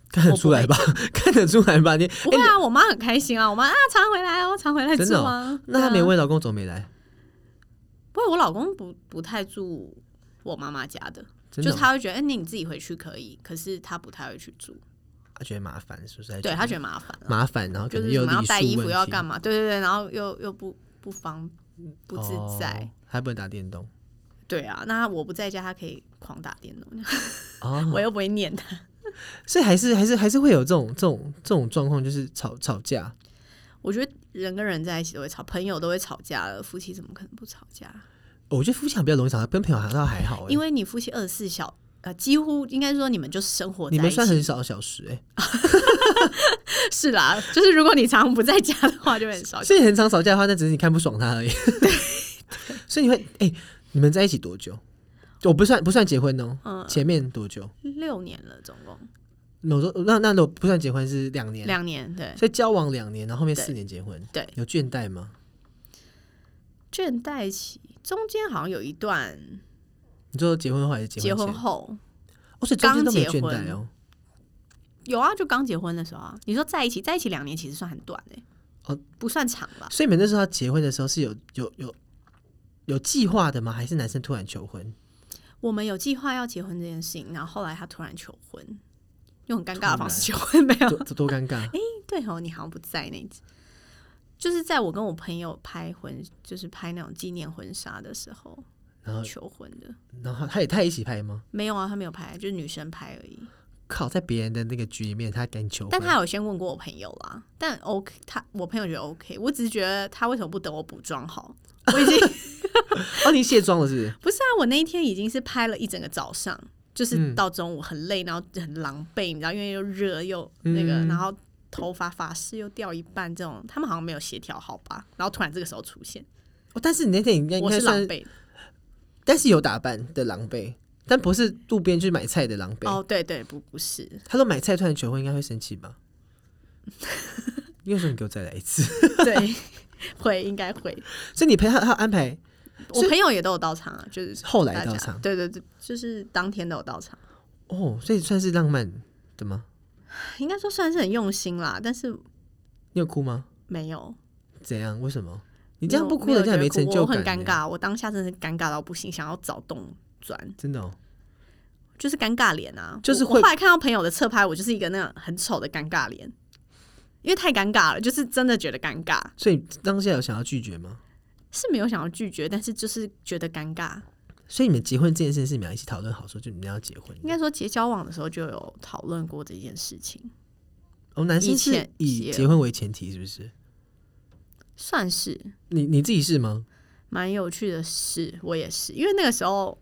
Speaker 1: 看得出来吧？ 看得出来哎吧？你
Speaker 2: 不会啊，我妈很开心啊，我妈啊常回来哦，常回来
Speaker 1: 真
Speaker 2: 住
Speaker 1: 的哦
Speaker 2: 啊。
Speaker 1: 那她
Speaker 2: 对
Speaker 1: 没
Speaker 2: 啊？
Speaker 1: 问老公怎么没来？
Speaker 2: 不会，我老公不不太住我妈妈家的，
Speaker 1: 真的
Speaker 2: 就是
Speaker 1: 哦、
Speaker 2: 他会觉得，哎、你你自己回去可以，可是他不太会去住，
Speaker 1: 他觉得麻烦，是不是？
Speaker 2: 对他觉
Speaker 1: 得
Speaker 2: 得麻烦了，
Speaker 1: 麻烦，然后哦可
Speaker 2: 就
Speaker 1: 能
Speaker 2: 是
Speaker 1: 又有
Speaker 2: 什么要
Speaker 1: 礼
Speaker 2: 带
Speaker 1: 数
Speaker 2: 衣服
Speaker 1: 问
Speaker 2: 又要
Speaker 1: 题
Speaker 2: 干嘛，对对对，然后又又不不方不自在。
Speaker 1: 哦还不能打电动
Speaker 2: 对啊，那我不在家，他可以狂打电 动，
Speaker 1: 哦
Speaker 2: 我又不会念他。
Speaker 1: 所以还是还是还是会有这种这种这种状况，就是吵吵架。
Speaker 2: 我觉得人跟人在一起都会吵，朋友都会吵架了，夫妻怎么可能不吵架？
Speaker 1: 哦我觉得夫妻好像比较容易吵架，跟朋友好像还好欸、
Speaker 2: 因为你夫妻二十四小呃，几乎应该说你们就是生活在
Speaker 1: 你
Speaker 2: 一起，
Speaker 1: 们算很少小时哎、
Speaker 2: 是啦，就是如果你常不在家的话，就会很少
Speaker 1: 欸，。所以很常吵架的话，那只是你看不爽他而已。 所以你会哎、你们在一起多久？我不算不算结婚哦、
Speaker 2: 嗯，
Speaker 1: 前面多久？
Speaker 2: 六年了，总共
Speaker 1: 那我说那那我不算结婚是两年，
Speaker 2: 两年。对，
Speaker 1: 所以交往两年，然后后面
Speaker 2: 对
Speaker 1: 四年结婚，
Speaker 2: 对
Speaker 1: 有倦怠吗？
Speaker 2: 倦怠期中间好像有一段
Speaker 1: 你说结婚后还是结
Speaker 2: 结
Speaker 1: 婚前？
Speaker 2: 婚后
Speaker 1: 哦，所以中间都没有倦
Speaker 2: 刚结婚
Speaker 1: 怠哦、
Speaker 2: 有啊，就刚结婚的时候啊。你说在一起，在一起两年其实算很短诶、
Speaker 1: 哦
Speaker 2: 不算长吧？
Speaker 1: 所以你们那时候要结婚的时候是有有有有计划的吗？还是男生突然求婚？
Speaker 2: 我们有计划要结婚这件事情，然后后来他突然求婚，用很尴尬的方式求婚，没有
Speaker 1: 多多尴尬！
Speaker 2: 对哦，你好像不在那一次，就是在我跟我朋友拍婚，就是拍那种纪念婚纱的时候
Speaker 1: 然后，
Speaker 2: 求婚的。
Speaker 1: 然后他也他也一起拍吗？
Speaker 2: 没有啊，他没有拍，就是女生拍而已。
Speaker 1: 靠，在别人的那个局里面，他敢求
Speaker 2: 但
Speaker 1: 婚，
Speaker 2: 他有先问过我朋友啦，但 OK，他我朋友觉得 OK，我只是觉得他为什么不等我补妆好？我已经
Speaker 1: 哦，你卸妆了是不是？
Speaker 2: 不是啊，我那一天已经是拍了一整个早上，就是
Speaker 1: 嗯
Speaker 2: 到中午很累，然后很狼狈，你知道，因为又热又那个，
Speaker 1: 嗯
Speaker 2: 然后头发发饰又掉一半，这种他们好像没有协调好吧？然后突然这个时候出现，
Speaker 1: 哦，但是你那天应该应
Speaker 2: 我
Speaker 1: 该
Speaker 2: 是狼
Speaker 1: 算，
Speaker 2: 狈的
Speaker 1: 但是有打扮的狼狈，但不是路边去买菜的狼狈。
Speaker 2: 哦，对对，不不是，
Speaker 1: 他说买菜突然求婚，应该会生气吧？又说你给我再来一次，
Speaker 2: 对，会应该会
Speaker 1: 所以你陪他，他有安排
Speaker 2: 我朋友也都有到场啊，就是
Speaker 1: 后来
Speaker 2: 大家
Speaker 1: 到场
Speaker 2: 对对对，就是当天都有到场，
Speaker 1: 哦，所以算是浪漫的吗？
Speaker 2: 应该说算是很用心啦，但是
Speaker 1: 你有哭吗？
Speaker 2: 没有。
Speaker 1: 怎样？为什么？你这样
Speaker 2: 没有
Speaker 1: 不哭人家也
Speaker 2: 没有
Speaker 1: 没
Speaker 2: 觉
Speaker 1: 成
Speaker 2: 得哭
Speaker 1: 就
Speaker 2: 我
Speaker 1: 感、
Speaker 2: 很尴，尬，我当下真的是尴尬到不行，想要找洞钻，
Speaker 1: 真的、哦。
Speaker 2: 就是尴尬脸啊，
Speaker 1: 就是
Speaker 2: 我
Speaker 1: 会
Speaker 2: 我后来看到朋友的侧拍，我就是一个那样很丑的尴尬脸，因为太尴尬了，就是真的觉得尴尬，
Speaker 1: 所以当下有想要拒绝吗？
Speaker 2: 是没有想要拒绝，但是就是觉得尴尬。
Speaker 1: 所以你们结婚这件事是你们要一起讨论好说，就你们要结婚。
Speaker 2: 应该说，结交往的时候就有讨论过这件事情，
Speaker 1: 哦，男生
Speaker 2: 以
Speaker 1: 是
Speaker 2: 前
Speaker 1: 以
Speaker 2: 结
Speaker 1: 结婚为前提，是不是？
Speaker 2: 算是
Speaker 1: 你你自己是吗？
Speaker 2: 蛮有趣的事。我也是，因为那个时候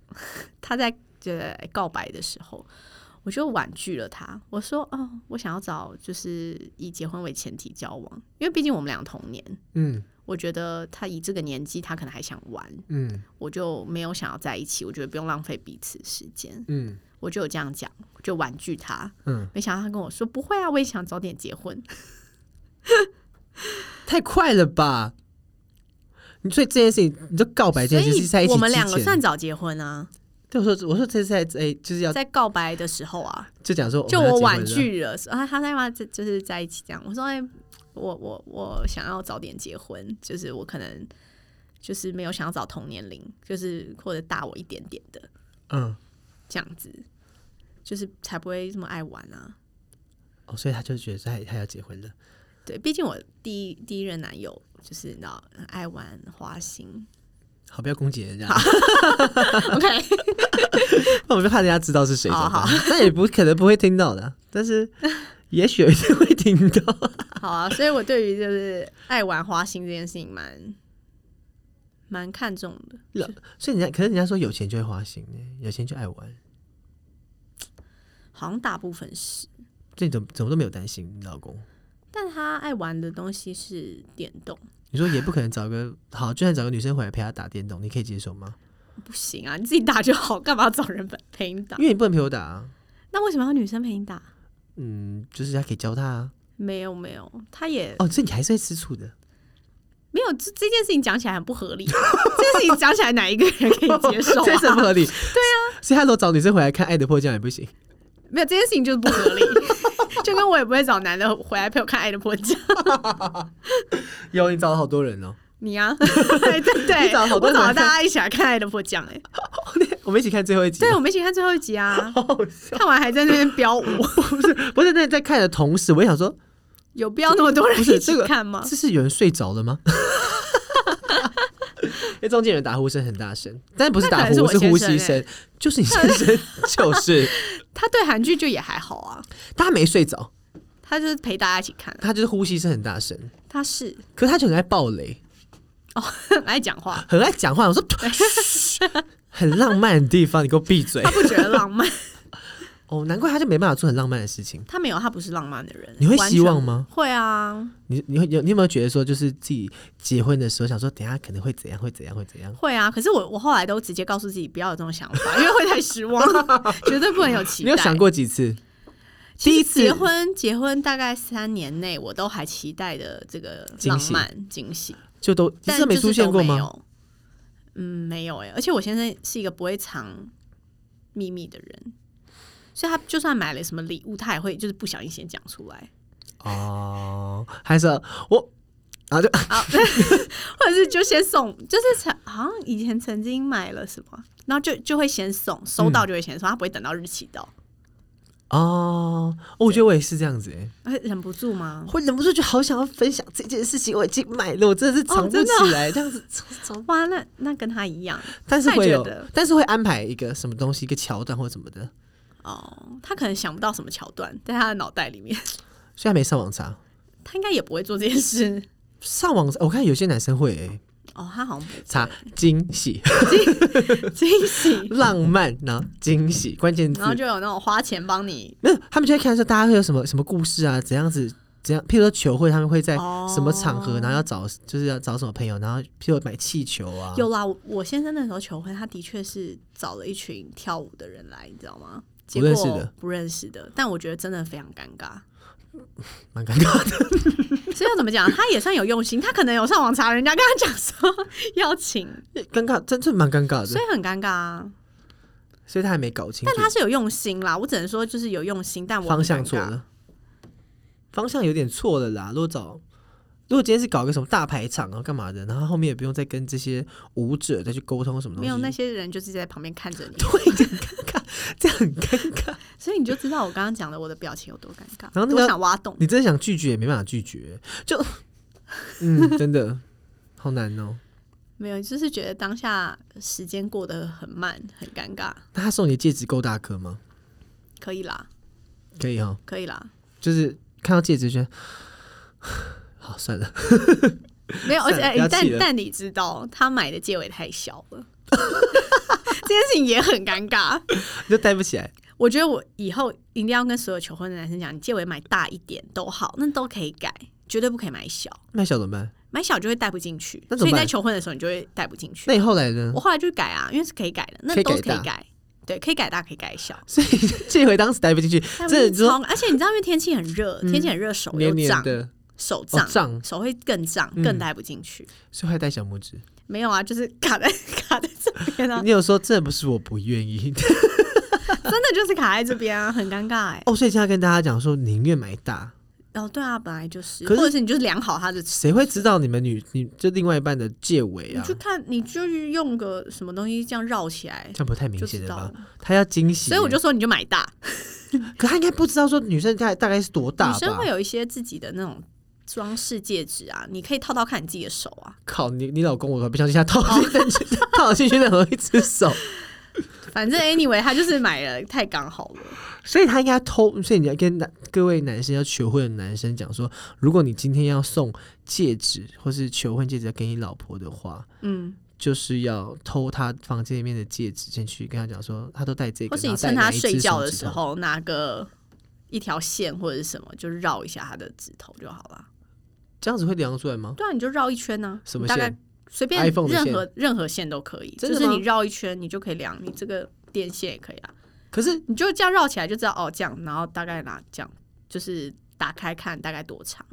Speaker 2: 他在呃告白的时候，我就婉拒了他。我说：“哦，我想要找就是以结婚为前提交往，因为毕竟我们俩同年，
Speaker 1: 嗯
Speaker 2: 我觉得他以这个年纪，他可能还想玩，
Speaker 1: 嗯
Speaker 2: 我就没有想要在一起。我觉得不用浪费彼此时间，
Speaker 1: 嗯
Speaker 2: 我就有这样讲，我就婉拒他。
Speaker 1: 嗯，
Speaker 2: 没想到他跟我说：“不会啊，我也想早点结婚。”
Speaker 1: 太快了吧！你所以这件事情，你就告白这
Speaker 2: 所
Speaker 1: 件事
Speaker 2: 以
Speaker 1: 是在一起
Speaker 2: 我们
Speaker 1: 之
Speaker 2: 两个
Speaker 1: 前
Speaker 2: 算早结婚啊，
Speaker 1: 对我说，我说这是在哎，就是要
Speaker 2: 在告白的时候啊，
Speaker 1: 就讲说，
Speaker 2: 就我婉，拒了，啊，他在嘛，就就是在一起这样。我说，哎、我我我想要早点结婚，就是我可能就是没有想要找同年龄，就是或者大我一点点的
Speaker 1: 嗯，
Speaker 2: 这样子，就是才不会这么爱玩啊。
Speaker 1: 哦，所以他就觉得他他要结婚了。
Speaker 2: 对，毕竟我第一第一任男友就是你知道很爱玩花心
Speaker 1: 好，不要攻击人家，
Speaker 2: ，OK，
Speaker 1: 那我就怕人家知道是谁。
Speaker 2: 好好，
Speaker 1: 那也不可能不会听到的啊，但是也许有一天会听到。
Speaker 2: 好啊，所以我对于就是爱玩花心这件事情蛮蛮看重的。
Speaker 1: 所以人家，可是人家说有钱就会花心欸，有钱就爱玩，
Speaker 2: 好像大部分是，
Speaker 1: 这怎么怎么都没有担心你老公。
Speaker 2: 但他爱玩的东西是电动，
Speaker 1: 你说也不可能找个好，就算找个女生回来陪他打电动，你可以接受 吗？
Speaker 2: 不行啊，你自己打就好，干嘛找人陪陪你打
Speaker 1: 因？为你不能陪我打啊。
Speaker 2: 那为什么要女生陪你打？
Speaker 1: 嗯，就是他可以教他啊。
Speaker 2: 没有没有，他也
Speaker 1: 哦，所以你还是会吃醋的。
Speaker 2: 没有这这件事情讲起来很不合理，这件事情讲起来哪一个人可以 接受
Speaker 1: 这是
Speaker 2: 啊？
Speaker 1: 不合理。对啊，所以他如果找女生回来看《爱的迫降》也不行。
Speaker 2: 没有这件事情就是不合理， 就跟我也不会找男的回来陪我看《爱的迫降》，
Speaker 1: 有，你找了好多人哦。
Speaker 2: 你啊， 对对对，
Speaker 1: 你找了好多
Speaker 2: 我找了
Speaker 1: 男的
Speaker 2: 大家一起来看《爱的迫降》哎，
Speaker 1: 我们一起看最后一集。
Speaker 2: 对，我们一起看最后一集啊，
Speaker 1: 好笑
Speaker 2: 看完还在那边飙 舞，
Speaker 1: 不是，那在看的同时，我也想说，
Speaker 2: 有必要那么多人
Speaker 1: 不是
Speaker 2: 一起
Speaker 1: 这个
Speaker 2: 看吗？
Speaker 1: 这是有人睡着了吗？ 因为中间有人打呼声很大声，但不是打呼，
Speaker 2: 那可能是我
Speaker 1: 呼吸
Speaker 2: 先生欸
Speaker 1: 声，就是你先生， 就是
Speaker 2: 他对韩剧就也还好啊，
Speaker 1: 他没睡着，
Speaker 2: 他就是陪大家一起看、啊，
Speaker 1: 他就是呼吸声很大声，
Speaker 2: 他 是
Speaker 1: 可是他就很爱爆雷，
Speaker 2: 很爱讲话，
Speaker 1: 很爱讲话。我说， 嘘很浪漫的地方，你给我闭嘴
Speaker 2: 他。不觉得浪漫，
Speaker 1: 哦，难怪他就没办法做很浪漫的事情。
Speaker 2: 他没有，他不是浪漫的人。
Speaker 1: 你会
Speaker 2: 完
Speaker 1: 希
Speaker 2: 全
Speaker 1: 望吗？
Speaker 2: 会啊，
Speaker 1: 你你会有你有没有觉得说，就是自己结婚的时候想说，等一下可能会怎样，会怎样，会怎样？
Speaker 2: 会啊。可是我我后来都直接告诉自己不要有这种想法，因为会太失 望，绝对不能有期
Speaker 1: 你
Speaker 2: 待。
Speaker 1: 有想过几次？
Speaker 2: 其
Speaker 1: 第
Speaker 2: 实
Speaker 1: 一次
Speaker 2: 结婚，结婚大概三年内，我都还期待的这个
Speaker 1: 惊
Speaker 2: 浪
Speaker 1: 喜
Speaker 2: 漫惊喜，
Speaker 1: 就都
Speaker 2: 但
Speaker 1: 这没
Speaker 2: 就是
Speaker 1: 出现
Speaker 2: 都
Speaker 1: 过
Speaker 2: 没
Speaker 1: 吗？
Speaker 2: 有？嗯，没有哎、而且我先生是一个不会藏秘密的人，所以他就算买了什么礼物，他也会就是不小心先讲出来。
Speaker 1: 哦，还是我，然后就
Speaker 2: 或者是就先送，就是曾好像以前曾经买了什么，然后就就会先送，收到就会先送，他不会等到日期到，
Speaker 1: 哦，我觉得我也是这样子、欸，
Speaker 2: 会忍不住吗？
Speaker 1: 会忍不住就好想要分享这件事情，我已经买了，我真的是藏
Speaker 2: 哦
Speaker 1: 不
Speaker 2: 真的
Speaker 1: 起来，这样 子藏藏
Speaker 2: 哇，那那跟他一样
Speaker 1: 但是会有
Speaker 2: 太觉得，
Speaker 1: 但是会安排一个什么东西，一个桥段或什么的，
Speaker 2: 哦，他可能想不到什么桥段，在他的脑袋里面，
Speaker 1: 所以还没上网查。
Speaker 2: 他应该也不会做这件事
Speaker 1: 上网我看有些男生会、欸、
Speaker 2: 哦，他好像不
Speaker 1: 查惊喜、
Speaker 2: 惊喜，
Speaker 1: 浪漫，然后惊 喜关键字
Speaker 2: 然，后就有那种花钱帮你
Speaker 1: 没有他们就会看说大家会有什么什么故事啊，怎样子怎样，譬如说球会，他们会在
Speaker 2: 哦
Speaker 1: 什么场合，然后要找就是要找什么朋友，然后譬如买气球啊，
Speaker 2: 有啦，我我先生那时候求婚，他的确是找了一群跳舞的人来，你知道吗？结
Speaker 1: 不认识
Speaker 2: 果
Speaker 1: 的
Speaker 2: 不认识的，但我觉得真的非常尴尬。
Speaker 1: 蛮尴尬的。
Speaker 2: 所以要怎么讲？他也算有用心，他可能有上网查人家跟他讲说要请，
Speaker 1: 尴尬，真的蛮尴尬
Speaker 2: 所
Speaker 1: 的。
Speaker 2: 以很尴尬啊。
Speaker 1: 所以他还没搞清
Speaker 2: 但
Speaker 1: 楚
Speaker 2: 他是有用心啦，我只能说就是有用心，但我很
Speaker 1: 方向
Speaker 2: 尴尬
Speaker 1: 错。了，方向有点错了啦。如果找，如果今天是搞一个什么大排场啊干嘛的，然后后面也不用再跟这些舞者再去沟通什么东
Speaker 2: 没
Speaker 1: 西，
Speaker 2: 有那些人就是在旁边看着 你，
Speaker 1: 对，这样很尴尬，这样很尴尬。
Speaker 2: 所以你就知道我刚刚讲的我的表情有多尴尬，
Speaker 1: 然后那个
Speaker 2: 多想挖洞。
Speaker 1: 你真的想拒绝也没办法拒绝，就 嗯，真的好难哦。
Speaker 2: 没有，就是觉得当下时间过得很慢，很尴尬。
Speaker 1: 那他送你的戒指够大颗吗？
Speaker 2: 可以啦，
Speaker 1: 可以哦，
Speaker 2: 可以啦，
Speaker 1: 就是看到戒指就 觉得好算了，
Speaker 2: 没有，而且
Speaker 1: 算了
Speaker 2: 哎
Speaker 1: 不要
Speaker 2: 但
Speaker 1: 气了
Speaker 2: 但你知道他买的戒尾太小了，这件事情也很尴尬。
Speaker 1: 就戴不起来。
Speaker 2: 我觉得我以后一定要跟所有求婚的男生讲，你戒尾买大一点都好，那都可以改，绝对不可以买小，
Speaker 1: 那小怎么办？
Speaker 2: 买小就会戴不进去。
Speaker 1: 那怎
Speaker 2: 所
Speaker 1: 么
Speaker 2: 以你在
Speaker 1: 办
Speaker 2: 求婚的时候，你就会戴不进去
Speaker 1: 那。你后来呢
Speaker 2: 我？后来就改啊，因为是可以改的，那
Speaker 1: 可以
Speaker 2: 都是可
Speaker 1: 改
Speaker 2: 以
Speaker 1: 大
Speaker 2: 改，对，可以改大，可以改小。
Speaker 1: 所以这回当时戴不进去，
Speaker 2: 但
Speaker 1: 这
Speaker 2: 我
Speaker 1: 你
Speaker 2: 就是超
Speaker 1: 说，
Speaker 2: 而且你知道，因为天气很热，天气很热，手又
Speaker 1: 黏黏
Speaker 2: 胀，
Speaker 1: 的，
Speaker 2: 手
Speaker 1: 哦
Speaker 2: 胀，嗯
Speaker 1: 胀，
Speaker 2: 手会更胀，更戴不进去。
Speaker 1: 所以还戴小拇指。
Speaker 2: 没有啊，就是 卡在卡在这边啊，
Speaker 1: 你有说这不是我不愿意
Speaker 2: 真的就是卡在这边啊，很尴尬哎、
Speaker 1: 哦，所以现在跟大家讲说，宁愿买大，
Speaker 2: 哦，对啊，本来就是，
Speaker 1: 可
Speaker 2: 或
Speaker 1: 是
Speaker 2: 者是你就量好它的尺，
Speaker 1: 谁会知道你们女你就另外一半的戒尾
Speaker 2: 你
Speaker 1: 啊
Speaker 2: 就？看，你就是用个什么东西这样绕起来
Speaker 1: 这样不太明
Speaker 2: 就
Speaker 1: 显
Speaker 2: 知
Speaker 1: 了
Speaker 2: 道
Speaker 1: 吧？
Speaker 2: 了。
Speaker 1: 他要惊喜耶，
Speaker 2: 所以我就说，你就买大，
Speaker 1: 可他应该不知道说女生大概大概是多大
Speaker 2: 女
Speaker 1: 吧？
Speaker 2: 生会有一些自己的那种装饰戒指啊，你可以套套看你自己的手啊，
Speaker 1: 靠你你老公，我不相信他套进 去套进去任何一只手，
Speaker 2: 反正 anyway，他就是买了太刚好了。
Speaker 1: 所以他应该偷。所以你要跟男各位男生要求婚的男生讲说，如果你今天要送戒指或是求婚戒指给你老婆的话，
Speaker 2: 嗯，
Speaker 1: 就是要偷她房间里面的戒指先去跟她讲说，她都戴这个，
Speaker 2: 或是
Speaker 1: 然
Speaker 2: 你
Speaker 1: 后戴
Speaker 2: 趁他
Speaker 1: 哪一只
Speaker 2: 睡觉
Speaker 1: 手
Speaker 2: 的
Speaker 1: 指
Speaker 2: 时
Speaker 1: 头，
Speaker 2: 候拿个一条线或者是什么，就绕一下他的指头就好了。
Speaker 1: 这样子会量出来吗？
Speaker 2: 对啊，你就绕一圈呢、
Speaker 1: 什么
Speaker 2: 你大概
Speaker 1: 线？
Speaker 2: 随便
Speaker 1: iPhone 的
Speaker 2: 任何任何线都可以，
Speaker 1: 真
Speaker 2: 就
Speaker 1: 的
Speaker 2: 是
Speaker 1: 吗
Speaker 2: 你绕一圈，你就可以量你这个电线也可以啊。
Speaker 1: 可是
Speaker 2: 你就这样绕起来就知道哦，这样，然后大概拿这样，就是打开看大概多长。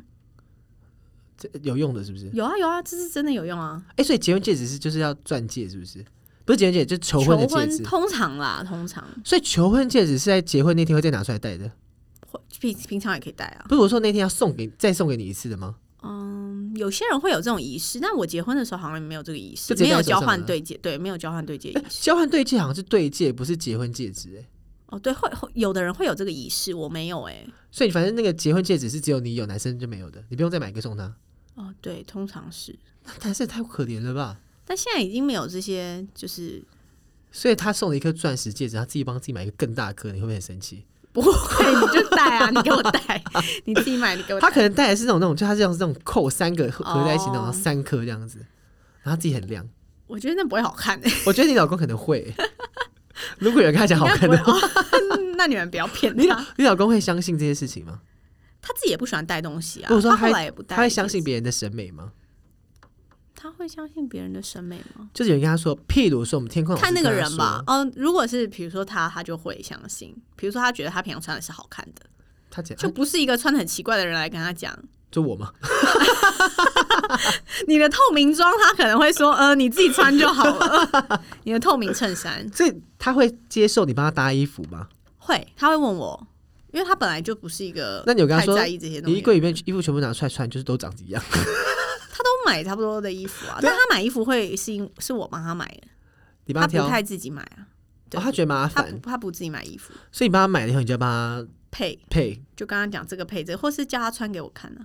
Speaker 1: 这有用的，是不是？
Speaker 2: 有啊有啊，这是真的有用啊。
Speaker 1: 哎、所以结婚戒指是就是要钻戒，是不是？不是结婚戒指，就是求婚的戒
Speaker 2: 求婚
Speaker 1: 指。
Speaker 2: 通常啦，通常
Speaker 1: 所以求婚戒指是在结婚那天会再拿出来戴的，
Speaker 2: 或平平常也可以戴啊。
Speaker 1: 不是我说那天要送给再送给你一次的吗？
Speaker 2: 嗯，有些人会有这种仪式，但我结婚的时候好像没有这个仪式
Speaker 1: 就，直接
Speaker 2: 没有
Speaker 1: 戴手
Speaker 2: 交
Speaker 1: 上
Speaker 2: 换
Speaker 1: 了
Speaker 2: 对戒，对，没有交换对戒
Speaker 1: 哎
Speaker 2: 仪式。
Speaker 1: 交换对戒好像是对戒，不是结婚戒指、哎，
Speaker 2: 哦，对，会会有的人会有这个仪式，我没有哎、
Speaker 1: 所以反正那个结婚戒指是只有你有，男生就没有的，你不用再买一个送 他。
Speaker 2: 哦，对，通常是，
Speaker 1: 那男生也太可怜了吧？
Speaker 2: 但现在已经没有这些，就是
Speaker 1: 所以他送了一颗钻石戒指，他自己帮自己买一个更大颗，你会不会很生气？
Speaker 2: 不会，你就戴啊，你给我戴， 你自己买，你给我戴。
Speaker 1: 他可能戴的是那种那种，就他这样是那种扣三个合合在一起那种，
Speaker 2: 哦
Speaker 1: 然后三颗这样子，然后他自己很亮。
Speaker 2: 我觉得那不会好看哎、
Speaker 1: 我觉得你老公可能 会、哎如果有人跟他讲好
Speaker 2: 应该
Speaker 1: 看
Speaker 2: 不
Speaker 1: 的
Speaker 2: 会
Speaker 1: 话，
Speaker 2: 哦。 那你们不要骗
Speaker 1: 你老
Speaker 2: 他，
Speaker 1: 你老公会相信这些事情吗？
Speaker 2: 他自己也不喜欢戴东西啊。
Speaker 1: 我说
Speaker 2: 他
Speaker 1: 他
Speaker 2: 后
Speaker 1: 会
Speaker 2: 来也不戴，
Speaker 1: 他会相信，别人的审美吗？
Speaker 2: 他会相信别人的审美吗？
Speaker 1: 就是有人跟他说，譬如说我们天空老师
Speaker 2: 看那个
Speaker 1: 跟他
Speaker 2: 人吧
Speaker 1: 说，，
Speaker 2: 嗯，如果是比如说他，他就会相信。比如说他觉得他平常穿的是好看的，
Speaker 1: 他讲啊
Speaker 2: 就不是一个穿的很奇怪的人来跟他讲
Speaker 1: 就我嘛，
Speaker 2: 你的透明装，他可能会说，呃，你自己穿就好了。 你的透明衬衫
Speaker 1: 所以他会接受你帮他搭衣服吗？
Speaker 2: 会，他会问我，因为他本来就不是一个
Speaker 1: 那你有跟他
Speaker 2: 太
Speaker 1: 说
Speaker 2: 在意这些东
Speaker 1: 你
Speaker 2: 西
Speaker 1: 衣
Speaker 2: 的人，
Speaker 1: 柜里面衣服全部拿出来穿，就是都长一样。
Speaker 2: 他都买差不多的衣服啊。
Speaker 1: 对
Speaker 2: 但
Speaker 1: 啊
Speaker 2: 他买衣服会是因是我帮他买的，
Speaker 1: 你帮
Speaker 2: 他
Speaker 1: 他
Speaker 2: 不
Speaker 1: 挑，
Speaker 2: 太自己买啊。对
Speaker 1: 哦他觉得麻
Speaker 2: 他不
Speaker 1: 烦，
Speaker 2: 他不自己买衣服
Speaker 1: 所以你帮他买了以后，你就要帮他
Speaker 2: 配，
Speaker 1: 配。
Speaker 2: 就跟他讲这个配置，或是叫他穿给我看啊。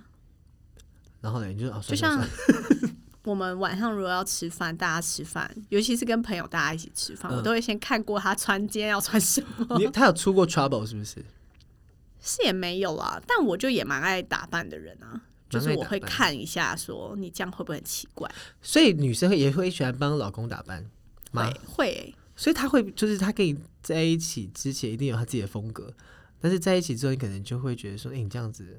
Speaker 1: 然后呢，你就哦，
Speaker 2: 就
Speaker 1: 算了
Speaker 2: 像
Speaker 1: 算了
Speaker 2: 我们晚上如果要吃饭，大家吃饭，尤其是跟朋友大家一起吃饭，
Speaker 1: 嗯
Speaker 2: 我都会先看过他穿今天要穿什么。
Speaker 1: 你他有出过 trouble 是不是？
Speaker 2: 是也没有啦，但我就也蛮爱打扮的人啊，就是我会看一下，说你这样会不会很奇怪？
Speaker 1: 所以女生也会喜欢帮老公打扮吗
Speaker 2: 会？会欸、
Speaker 1: 所以他会就是他跟你在一起之前一定有他自己的风格，但是在一起之后，你可能就会觉得说，哎、你这样子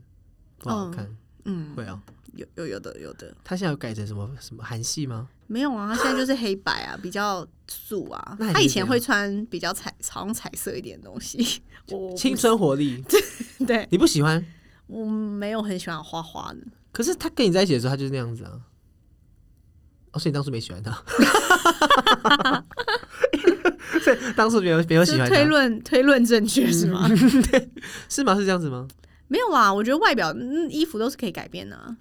Speaker 1: 不好看，
Speaker 2: 嗯，
Speaker 1: 会啊。
Speaker 2: 有有有的有的，
Speaker 1: 他现在有改成什么什么韩系吗？
Speaker 2: 没有啊，他现在就是黑白啊，比较素啊。
Speaker 1: 那你
Speaker 2: 他以
Speaker 1: 是怎
Speaker 2: 前
Speaker 1: 样
Speaker 2: 会穿 比较彩，好像彩色一点的东西。我
Speaker 1: 青春活力，
Speaker 2: 对
Speaker 1: 你不喜欢？
Speaker 2: 我没有很喜欢花花的，
Speaker 1: 可是他跟你在一起的时候，他就是那样子啊。哦，所以你当初没喜欢 他，所以当初没有没有喜
Speaker 2: 这
Speaker 1: 欢嗯
Speaker 2: 推
Speaker 1: 他，
Speaker 2: 论推论正确是吗？
Speaker 1: 是吗？是这样子吗？
Speaker 2: 没有啦，我觉得外表、嗯、衣服都是可以改变的啊、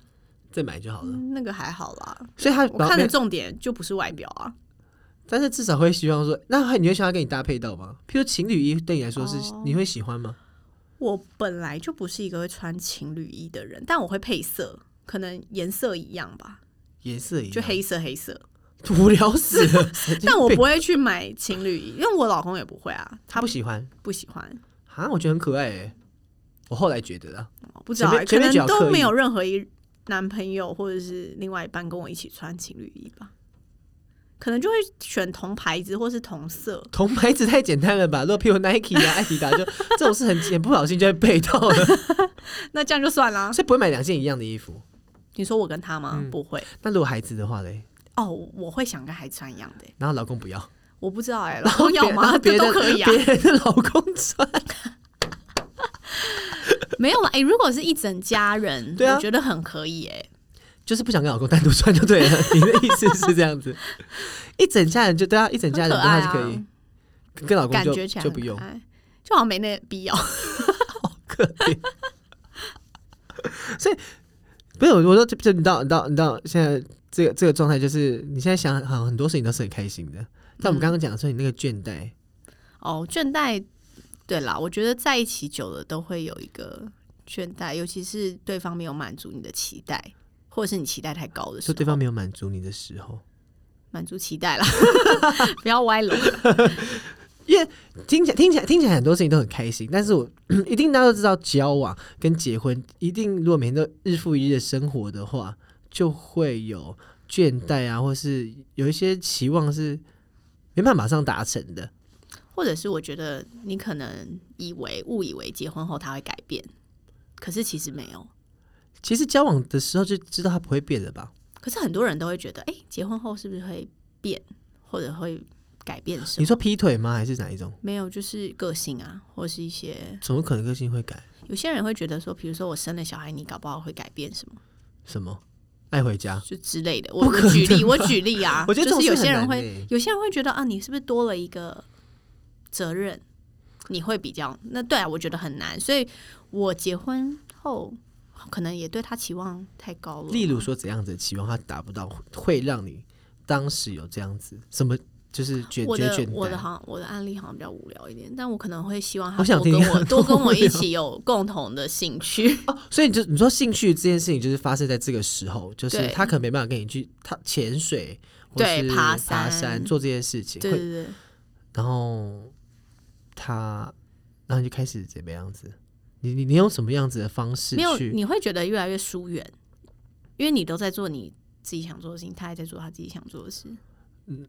Speaker 1: 再买就好了。
Speaker 2: 那个还好啦。
Speaker 1: 所以他
Speaker 2: 嗯我看
Speaker 1: 没
Speaker 2: 的
Speaker 1: 有
Speaker 2: 重点就不是外表啊，
Speaker 1: 但是至少会希望说，那你会想要跟你搭配到吗？譬如情侣衣对你来说是、
Speaker 2: 哦
Speaker 1: 你会喜欢吗？
Speaker 2: 我本来就不是一个会穿情侣衣的人，但我会配色，可能颜色一样吧，
Speaker 1: 颜色一样
Speaker 2: 就，黑色黑色。
Speaker 1: 无聊死了。神经
Speaker 2: 但我
Speaker 1: 病
Speaker 2: 不会去买情侣衣，因为我老公也不会啊，
Speaker 1: 他
Speaker 2: 他
Speaker 1: 不喜欢
Speaker 2: 不喜欢。
Speaker 1: 啊，我觉得很可爱诶、我后来觉得啦，
Speaker 2: 不知道欸、
Speaker 1: 前面前面
Speaker 2: 可
Speaker 1: 讲
Speaker 2: 能
Speaker 1: 刻
Speaker 2: 都
Speaker 1: 意
Speaker 2: 没有任何一男朋友或者是另外一半跟我一起穿情侣衣吧，可能就会选同牌子或是同色。
Speaker 1: 同牌子太简单了吧？如果譬如 Nike 啊、艾迪达，就这种事很很不小心就会被到了，
Speaker 2: 那这样就算啦。
Speaker 1: 所以不会买两件一样的衣服。
Speaker 2: 你说我跟他吗？
Speaker 1: 嗯
Speaker 2: 不会
Speaker 1: 那如果孩子的话嘞，
Speaker 2: 哦，我会想跟孩子穿一样的欸、
Speaker 1: 然后老公不要，
Speaker 2: 我不知道哎、老公要吗？
Speaker 1: 哦别别
Speaker 2: 这都
Speaker 1: 的
Speaker 2: 可以啊，
Speaker 1: 别人的老公穿，
Speaker 2: 没有啦。哎、如果是一整家人，
Speaker 1: 对啊
Speaker 2: 我觉得很可以哎、
Speaker 1: 就是不想跟老公单独穿就对了。你的意思是这样 子？一整家人就对啊，一整家人
Speaker 2: 很
Speaker 1: 的
Speaker 2: 可爱
Speaker 1: 话
Speaker 2: 啊
Speaker 1: 就可以，跟老公
Speaker 2: 感
Speaker 1: 就
Speaker 2: 觉起来
Speaker 1: 就
Speaker 2: 很
Speaker 1: 不用
Speaker 2: 可，爱，就好像没那必要。
Speaker 1: 可怜。所以不是我，我说就就你到你到你到现在这个这个状态，就是你现在想好很多事情都是很开心的。但我们刚刚讲说你那个倦怠，
Speaker 2: 哦，倦怠，对啦，我觉得在一起久了都会有一个倦怠，尤其是对方没有满足你的期待，或者是你期待太高的时
Speaker 1: 说
Speaker 2: 候，
Speaker 1: 对方没有满足你的时候，
Speaker 2: 满足期待啦， 不要歪楼。
Speaker 1: 听起来听起来听起来很多事情都很开心，但是我一定大家都知道，交往跟结婚一定如果每天都日复一日的生活的话，就会有倦怠啊，或是有一些期望是没办法马上达成的。
Speaker 2: 或者是我觉得你可能以为误以为结婚后他会改变，可是其实没有。
Speaker 1: 其实交往的时候就知道它不会变了吧？
Speaker 2: 可是很多人都会觉得，哎、结婚后是不是会变，或者会改变什
Speaker 1: 你
Speaker 2: 么？
Speaker 1: 说劈腿吗？还是哪一种？
Speaker 2: 没有，就是个性啊，或是一些
Speaker 1: 怎么可能个性会改？
Speaker 2: 有些人会觉得说，比如说我生了小孩，你搞不好会改变什么。
Speaker 1: 什么？爱回家？
Speaker 2: 就之类的。我
Speaker 1: 不
Speaker 2: 我
Speaker 1: 可能
Speaker 2: 举例，
Speaker 1: 吧
Speaker 2: 我举例啊
Speaker 1: ，我觉得这
Speaker 2: 就
Speaker 1: 种
Speaker 2: 是有
Speaker 1: 事
Speaker 2: 些
Speaker 1: 很
Speaker 2: 人
Speaker 1: 难
Speaker 2: 会
Speaker 1: 欸，
Speaker 2: 有些人会觉得啊，你是不是多了一个责任？你会比较那对啊，我觉得很难。所以我结婚后，可能也对他期望太高了。
Speaker 1: 例如说怎样子的期望他达不到，会让你当时有这样子什么？就是觉
Speaker 2: 我
Speaker 1: 觉得
Speaker 2: 的
Speaker 1: 倦
Speaker 2: 我的
Speaker 1: 怠。
Speaker 2: 好像我的案例好像比较无聊一点，但我可能会希望
Speaker 1: 我
Speaker 2: 他
Speaker 1: 想
Speaker 2: 多跟
Speaker 1: 听
Speaker 2: 我多跟
Speaker 1: 无
Speaker 2: 我
Speaker 1: 聊
Speaker 2: 一起有共同的兴趣。
Speaker 1: 哦，所以你就你说兴趣这件事情，就是发生在这个时候，就是
Speaker 2: 对
Speaker 1: 他可能没办法跟你去他潜水，或
Speaker 2: 对
Speaker 1: 是
Speaker 2: 爬
Speaker 1: 山
Speaker 2: 山
Speaker 1: 做这些事情，
Speaker 2: 对对
Speaker 1: 会
Speaker 2: 对，
Speaker 1: 然后他然后你就开始怎么样子？你你你用什么样子的方式
Speaker 2: 没有
Speaker 1: 去？
Speaker 2: 你会觉得越来越疏远，因为你都在做你自己想做的事情，他也在做他自己想做的事。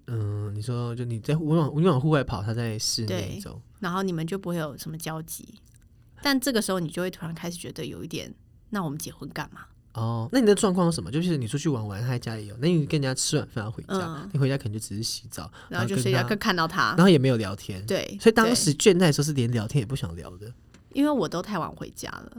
Speaker 1: 嗯，你说就你在你往你往户外跑，他在室内
Speaker 2: 对
Speaker 1: 走，
Speaker 2: 然后你们就不会有什么交集。但这个时候你就会突然开始觉得有一点，那我们结婚干嘛？
Speaker 1: 哦，那你的状况是什么？就是你出去玩玩，他在家里有，那你跟人家吃晚饭回家，
Speaker 2: 嗯
Speaker 1: 你回家可能就只是洗澡，
Speaker 2: 然后就
Speaker 1: 跟
Speaker 2: 睡觉，
Speaker 1: 他
Speaker 2: 看看到他
Speaker 1: 然，后也没有聊天。
Speaker 2: 对，
Speaker 1: 所以当
Speaker 2: 对嗯
Speaker 1: 时倦怠的时候是连聊天也不想聊的，
Speaker 2: 因为我都太晚回家了，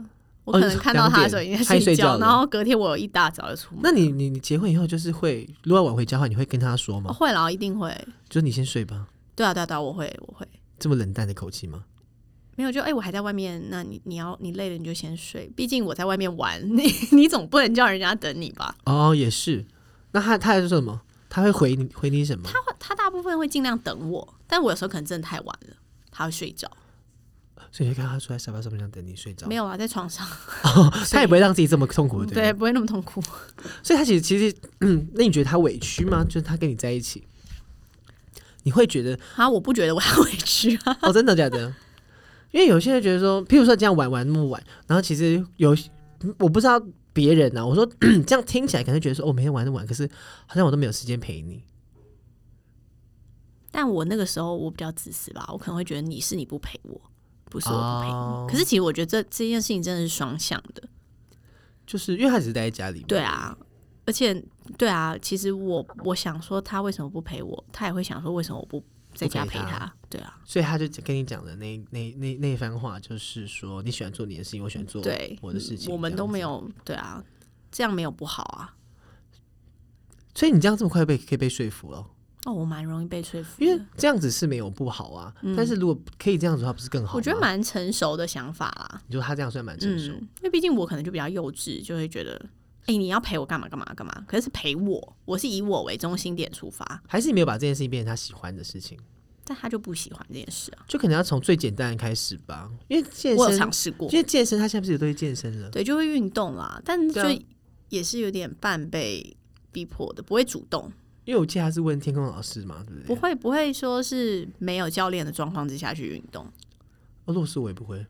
Speaker 2: 我
Speaker 1: 哦
Speaker 2: 可
Speaker 1: 你
Speaker 2: 能
Speaker 1: 说
Speaker 2: 看到他的时候已
Speaker 1: 两
Speaker 2: 经
Speaker 1: 点
Speaker 2: 在
Speaker 1: 他已经睡
Speaker 2: 睡
Speaker 1: 觉
Speaker 2: 觉，
Speaker 1: 了
Speaker 2: 然后隔天我有一大早就出门。
Speaker 1: 那你你你结婚以后就是会，如果晚回家的话，你会跟他说
Speaker 2: 哦
Speaker 1: 吗？
Speaker 2: 会啦，一定会。
Speaker 1: 就是你先睡吧，
Speaker 2: 对啊，对啊，对啊，我会，我会。
Speaker 1: 这么冷淡的口气吗？
Speaker 2: 没有就哎、我还在外面，那你你要你累了你就先睡，毕竟我在外面玩， 你你总不能叫人家等你吧？
Speaker 1: 哦，也是。那他他还是说什么？他会回你回你什么？
Speaker 2: 他会他大部分会尽量等我，但我有时候可能真的太晚了，他会睡着。
Speaker 1: 所以你就看他坐在沙发上面想等你睡着
Speaker 2: 没，有啊，在床上，
Speaker 1: 他也不会让自己这么痛苦，对不啊
Speaker 2: 对，不会那么痛苦。
Speaker 1: 所以他其实其实，嗯，那你觉得他委屈吗？就是他跟你在一起，你会觉得
Speaker 2: 啊，我不觉得我很委屈啊。
Speaker 1: 哦，真的假的？ 因为有些人觉得说，譬如说这样玩玩那么晚，然后其实有我不知道别人呐、啊，我说 这样听起来可能觉得说，哦，每天玩那么晚，可是好像我都没有时间陪你。
Speaker 2: 但我那个时候我比较自私吧，我可能会觉得你是你不陪我，不是我不陪你。
Speaker 1: 哦
Speaker 2: 可是其实我觉得这这件事情真的是双向的，
Speaker 1: 就是因为他只是待在家里，
Speaker 2: 对，啊，而且对啊，其实我我想说他为什么不陪我，他也会想说为什么我不在家
Speaker 1: 陪
Speaker 2: 陪
Speaker 1: 他
Speaker 2: 他。对啊，
Speaker 1: 所以他就跟你讲的那那那那一番话，就是说你喜欢做你的事情，我喜欢做
Speaker 2: 对，嗯
Speaker 1: 我的事情，
Speaker 2: 我们
Speaker 1: 这样
Speaker 2: 都没
Speaker 1: 子。
Speaker 2: 有对啊，这样没有不好啊。
Speaker 1: 所以你这样这么快被可以被说服了，
Speaker 2: 哦，我蛮容易被说服
Speaker 1: 因为
Speaker 2: 的，
Speaker 1: 这样子是没有不好啊。
Speaker 2: 嗯
Speaker 1: 但是如果可以这样子的话，不是更好吗？
Speaker 2: 我觉得蛮成熟的想法啦。
Speaker 1: 你说他这样算蛮成
Speaker 2: 嗯，
Speaker 1: 熟，
Speaker 2: 因为毕竟我可能就比较幼稚，就会觉得，哎、你要陪我干嘛干嘛干嘛，可是陪我，我是以我为中心点出发，
Speaker 1: 还是你没有把这件事情变成他喜欢的事情？
Speaker 2: 但他就不喜欢这件事啊。
Speaker 1: 就可能要从最简单的开始吧，因为健
Speaker 2: 我有
Speaker 1: 身，
Speaker 2: 尝试过
Speaker 1: 因，为健身他现在不是有都会健身了，
Speaker 2: 对，就会运动啦，但就
Speaker 1: 对啊
Speaker 2: 也是有点半被逼迫的，不会主动，
Speaker 1: 因为我记得他是问天空老师嘛，对不对？啊
Speaker 2: 不会不会说是没有教练的状况之下去运 动。
Speaker 1: 哦，若是我也不会，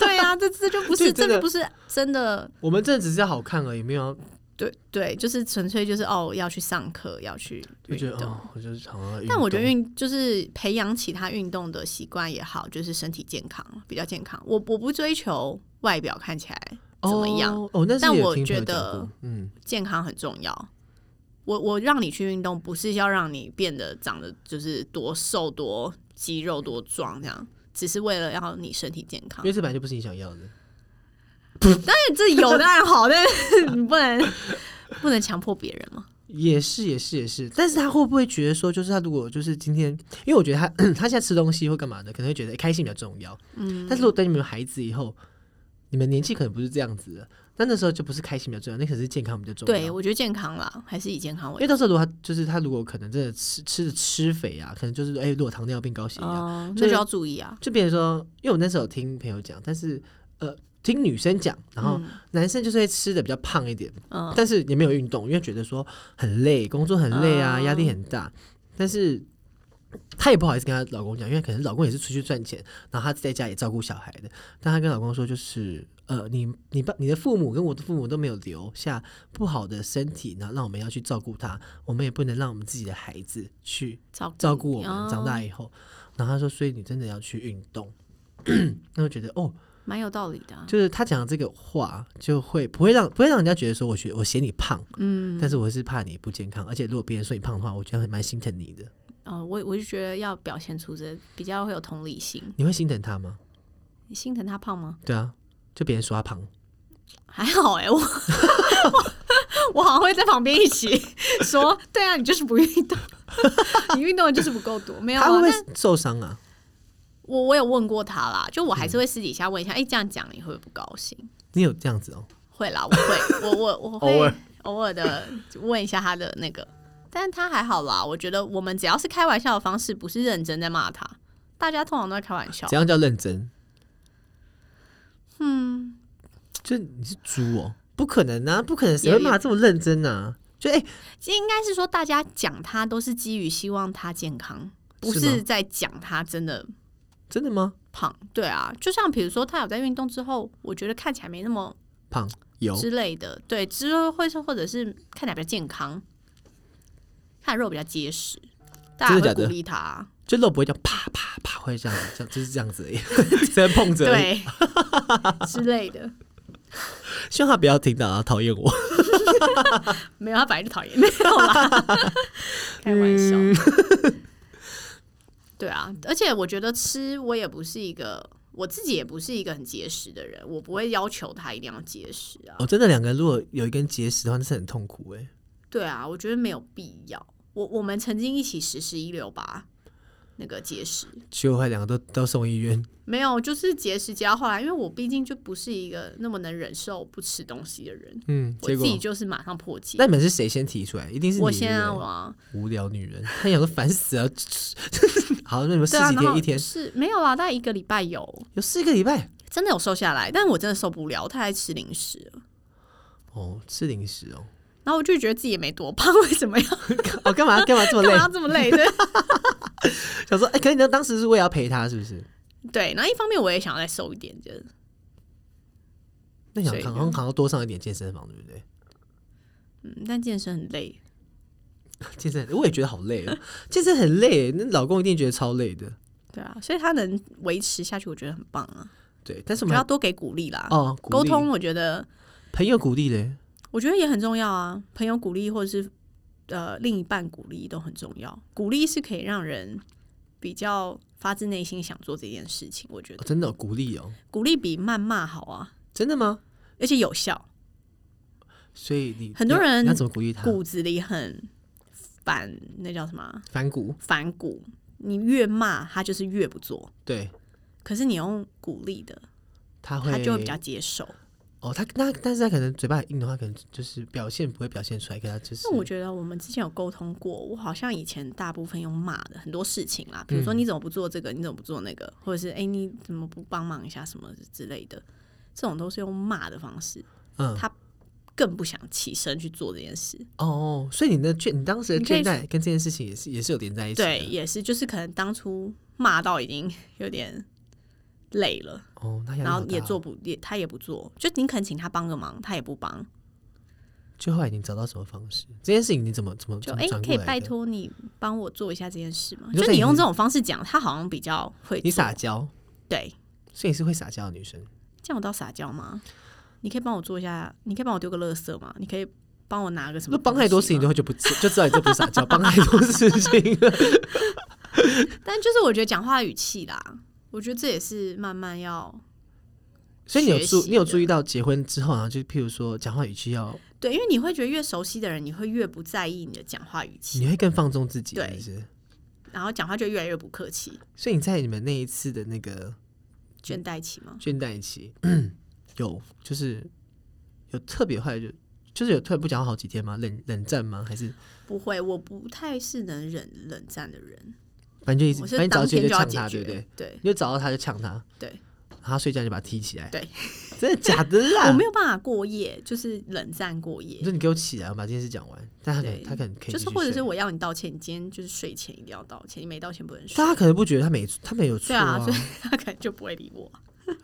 Speaker 2: 对啊，这这就不是，
Speaker 1: 对真
Speaker 2: 这
Speaker 1: 的
Speaker 2: 个不是真的。
Speaker 1: 我们这只是要好看而已，没有要
Speaker 2: 对对，就是纯粹就是哦，要去上课，要去
Speaker 1: 就
Speaker 2: 运
Speaker 1: 觉得
Speaker 2: 动。
Speaker 1: 哦，我就是想要运动。
Speaker 2: 但我觉得运就是培养起他运动的习惯也好，就是身体健康比较健康。我我不追求外表看起来怎么样，
Speaker 1: 哦，哦那是
Speaker 2: 但
Speaker 1: 有
Speaker 2: 我
Speaker 1: 听朋友讲
Speaker 2: 觉得
Speaker 1: 过，嗯，
Speaker 2: 健康很重要。我我让你去运动，不是要让你变得长得就是多瘦多肌肉多壮这样，只是为了要你身体健康
Speaker 1: 因。为这本来就不是你想要的。
Speaker 2: 这有当然好，但是 你不能不能强迫别人 嘛。
Speaker 1: 也是，也是，也是，但是他会不会觉得说，就是他如果就是今天，因为我觉得他 他现在吃东西或干嘛的，可能会觉得、欸开心比较重要。嗯，但是如果等你们有孩子以后，你们年纪可能不是这样子了，但那时候就不是开心比较重要，那可能是健康比较重要。
Speaker 2: 对，我觉得健康啦，还是以健康
Speaker 1: 因
Speaker 2: 为
Speaker 1: 为到时候如果他就是他如果可能真的吃吃的吃肥啊，可能就是哎、欸如果糖尿病、高血
Speaker 2: 主。
Speaker 1: 压，
Speaker 2: 哦，
Speaker 1: 所
Speaker 2: 那
Speaker 1: 以
Speaker 2: 就要注意啊。
Speaker 1: 就变成说，因为我那时候有听朋友讲，但是呃听女生讲，然后男生就是会吃的比较胖一点，
Speaker 2: 嗯，
Speaker 1: 但是也没有运动，因为觉得说很累，工作很累啊，
Speaker 2: 哦
Speaker 1: 压力很大。但是她也不好意思跟她老公讲，因为可能老公也是出去赚钱，然后她在家也照顾小孩的。但她跟老公说，就是呃，你你爸你的父母跟我的父母都没有留下不好的身体，然后让我们要去照顾他，我们也不能让我们自己的孩子去
Speaker 2: 照顾
Speaker 1: 照顾我
Speaker 2: 哦
Speaker 1: 们长大以后。然后她说，所以你真的要去运动。 那我觉得哦，
Speaker 2: 蛮有道理的啊。
Speaker 1: 就是他讲的这个话，就会不会让不会让人家觉得说我觉我嫌你胖，
Speaker 2: 嗯，
Speaker 1: 但是我是怕你不健康，而且如果别人说你胖的话，我觉得还蛮心疼你的。
Speaker 2: 哦，我我就觉得要表现出这比较会有同理心。
Speaker 1: 你会心疼他吗？
Speaker 2: 你心疼他胖吗？
Speaker 1: 对啊，就别人说他胖，
Speaker 2: 还好哎、我 我我好像会在旁边一起说，对啊，你就是不运动， 你运动的就是不够多，没有、啊。
Speaker 1: 他会不
Speaker 2: 但
Speaker 1: 会受伤啊？
Speaker 2: 我我有问过他啦，就我还
Speaker 1: 嗯
Speaker 2: 是会私底下问一下，哎、这样讲你会不会不高兴？
Speaker 1: 你有这样子哦、
Speaker 2: 会啦，我会，我我我
Speaker 1: 偶尔
Speaker 2: 会偶尔的问一下他的那个，但他还好啦。我觉得我们只要是开玩笑的方式，不是认真在骂他，大家通常都在开玩笑
Speaker 1: 怎。样叫认真？嗯，
Speaker 2: 嗯
Speaker 1: 就你是猪哦、不可能啊，不可能，谁会骂这么认真啊？就哎、
Speaker 2: 应该是说，大家讲他都是基于希望他健康，不
Speaker 1: 是
Speaker 2: 是
Speaker 1: 吗
Speaker 2: 在讲他真的
Speaker 1: 真的吗？
Speaker 2: 胖。对啊，就像比如说他有在运动之后，我觉得看起来没那么
Speaker 1: 胖有
Speaker 2: 之类的，对，之后会是或者是看起来比较健康，看肉比较结实，大家
Speaker 1: 真的假
Speaker 2: 会
Speaker 1: 的
Speaker 2: 鼓励 他啊。
Speaker 1: 就肉不会叫啪啪啪，会这样子，这样就是这样子而已， 只能碰着而已。
Speaker 2: 对之类的。
Speaker 1: 希望他不要听到啊，讨厌我。
Speaker 2: 没有，他本来就讨厌，没 有啦，开玩笑。
Speaker 1: 嗯
Speaker 2: 对啊，而且我觉得吃，我也不是一个，我自己也不是一个很节食的人，我不会要求他一定要节食啊。
Speaker 1: 哦，真的，两个人如果有一根结石的话，那是很痛苦哎、
Speaker 2: 对啊，我觉得没有必要。我我们曾经一起实施一六八那个节食，
Speaker 1: 就会两个都都送医院。
Speaker 2: 没有，就是节食节到后来，因为我毕竟就不是一个那么能忍受不吃东西的人，
Speaker 1: 嗯，
Speaker 2: 我
Speaker 1: 结
Speaker 2: 自
Speaker 1: 果
Speaker 2: 己就是马上破戒
Speaker 1: 那。你们是谁先提出来？一定是你
Speaker 2: 我先啊，
Speaker 1: 对不
Speaker 2: 我
Speaker 1: 对
Speaker 2: 啊，
Speaker 1: 无聊女人， 她想说烦死了。 好，那你们十
Speaker 2: 对啊，
Speaker 1: 几
Speaker 2: 然
Speaker 1: 天
Speaker 2: 后
Speaker 1: 一天
Speaker 2: 是没有啊啦，大概一个礼拜有，
Speaker 1: 有四个礼拜
Speaker 2: 真的有瘦下来，但我真的受不了，太爱吃零食了。
Speaker 1: 哦，吃零食哦，
Speaker 2: 然后我就觉得自己也没多胖， 为什么要
Speaker 1: 哦，干 嘛干嘛这么
Speaker 2: 干
Speaker 1: 累
Speaker 2: 嘛？要这么累？对
Speaker 1: 想说，哎、可是你当时是为了要陪她，是不是？
Speaker 2: 对。然后一方面我也想要再瘦一点，就是
Speaker 1: 那想
Speaker 2: 所以
Speaker 1: 扛扛扛要多上一点健身房，对不对？
Speaker 2: 嗯，但健身很累，
Speaker 1: 健身我也觉得好累哦，健身很累，那老公一定觉得超累的。
Speaker 2: 对啊，所以他能维持下去，我觉得很棒啊，
Speaker 1: 对，但是
Speaker 2: 我
Speaker 1: 我们
Speaker 2: 们要
Speaker 1: 还
Speaker 2: 多给鼓励啦。
Speaker 1: 哦，鼓
Speaker 2: 沟
Speaker 1: 励
Speaker 2: 通我觉得
Speaker 1: 朋友鼓励嘞，
Speaker 2: 我觉得也很重要啊，朋友鼓励或者是呃另一半鼓励都很重要，鼓励是可以让人比较发自内心想做这件事情。我觉
Speaker 1: 哦
Speaker 2: 得
Speaker 1: 真的、哦、鼓励哦，
Speaker 2: 鼓励比谩骂好啊，
Speaker 1: 真的吗？
Speaker 2: 而且有效。
Speaker 1: 所以你
Speaker 2: 很多
Speaker 1: 你要
Speaker 2: 人
Speaker 1: 你要怎么鼓励他？
Speaker 2: 骨子里很反，那叫什么啊
Speaker 1: 反骨，
Speaker 2: 反骨。你越骂他，就是越不做。
Speaker 1: 对，
Speaker 2: 可是你用鼓励的，
Speaker 1: 他会
Speaker 2: 他就会比较接受。
Speaker 1: 哦，他那但是他可能嘴巴很硬的话，可能就是表现不会表现出来，可他就是
Speaker 2: 那我觉得我们之前有沟通过，我好像以前大部分用骂的很多事情啦，比如
Speaker 1: 嗯
Speaker 2: 说你怎么不做这个，你怎么不做那个，或者是哎、诶你怎么不帮忙一下什么之类的，这种都是用骂的方式，
Speaker 1: 嗯
Speaker 2: 他更不想起身去做这件事。
Speaker 1: 哦，所以你的倦，你当时的
Speaker 2: 你可以
Speaker 1: 倦怠跟这件事情也是也是有啊连在一起的，
Speaker 2: 对，也是，就是可能当初骂到已经 有点累了，
Speaker 1: 哦，那压力
Speaker 2: 然
Speaker 1: 好
Speaker 2: 后也
Speaker 1: 大哦
Speaker 2: 做，不也他也不做，就你肯请他帮个忙，他也不帮，
Speaker 1: 最后来你找到什么方式？这件事情你怎么怎么
Speaker 2: 就
Speaker 1: 怎么
Speaker 2: 哎、诶
Speaker 1: 转
Speaker 2: 可以
Speaker 1: 过来
Speaker 2: 拜
Speaker 1: 的？
Speaker 2: 托你帮我做一下这件事吗？
Speaker 1: 你说
Speaker 2: 就
Speaker 1: 在
Speaker 2: 你用
Speaker 1: 你
Speaker 2: 这种方式讲，他好像比较会
Speaker 1: 你
Speaker 2: 做
Speaker 1: 撒娇，
Speaker 2: 对。
Speaker 1: 所以你是会撒娇的女生，
Speaker 2: 这样我到撒娇吗？你可以帮我做一下，你可以帮我丢个垃圾吗？你可以帮我拿个什么？
Speaker 1: 那帮太多事情，之后就不就知道你这不是撒娇，帮太多事情了。
Speaker 2: 但就是我觉得讲话语气啦，我觉得这也是慢慢要
Speaker 1: 所以你有
Speaker 2: 学习
Speaker 1: 注你有
Speaker 2: 的
Speaker 1: 注意到结婚之后，然后就譬如说讲话语气要，
Speaker 2: 对，因为你会觉得越熟悉的人，你会越不在意你的讲话语气，
Speaker 1: 你会更放纵自己，
Speaker 2: 对
Speaker 1: 是不是？
Speaker 2: 然后讲话就越来越不客气，
Speaker 1: 所以你在你们那一次的那个
Speaker 2: 倦怠期吗？
Speaker 1: 倦怠期， 有就是有特别坏，就就是有特别不讲话好几天吗？冷冷战吗？还是
Speaker 2: 不会，我不太是能忍冷战的人，
Speaker 1: 反正就一直
Speaker 2: 我
Speaker 1: 反
Speaker 2: 是
Speaker 1: 正你
Speaker 2: 当
Speaker 1: 找机
Speaker 2: 天
Speaker 1: 会
Speaker 2: 就要
Speaker 1: 呛
Speaker 2: 解
Speaker 1: 他，对
Speaker 2: 决，
Speaker 1: 不对？
Speaker 2: 对
Speaker 1: 你就找到他就呛他，
Speaker 2: 对
Speaker 1: 然后他睡觉就把他踢起来，
Speaker 2: 对，
Speaker 1: 真的假的啦？
Speaker 2: 我没有办法过夜，就是冷战过
Speaker 1: 你
Speaker 2: 夜，
Speaker 1: 说你给我起来，我把这件事讲完，但他可能
Speaker 2: 对
Speaker 1: 他可能可以
Speaker 2: 就
Speaker 1: 继
Speaker 2: 是
Speaker 1: 续
Speaker 2: 或者是
Speaker 1: 睡，
Speaker 2: 我要你道歉，你今天就是睡前一定要道歉，你没道歉不能睡。
Speaker 1: 但他可能不觉得他没他没有错
Speaker 2: 对啊，所以他可能就不会理我，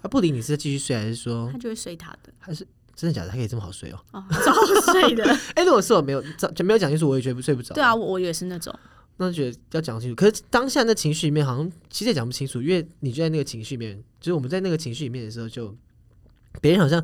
Speaker 1: 他不理你是继续睡还是说
Speaker 2: 他就会睡他的
Speaker 1: 还是真的假的？他可以这么好睡哦？
Speaker 2: 哦，超好睡 的。
Speaker 1: 哎，如果是我没有早就没有讲清楚，我也觉得睡不着。
Speaker 2: 对啊，，我我也是那种，
Speaker 1: 那就觉得要讲清楚。可是当下那情绪里面，好像其实也讲不清楚，因为你就在那个情绪里面，就是我们在那个情绪里面的时候就，别人好像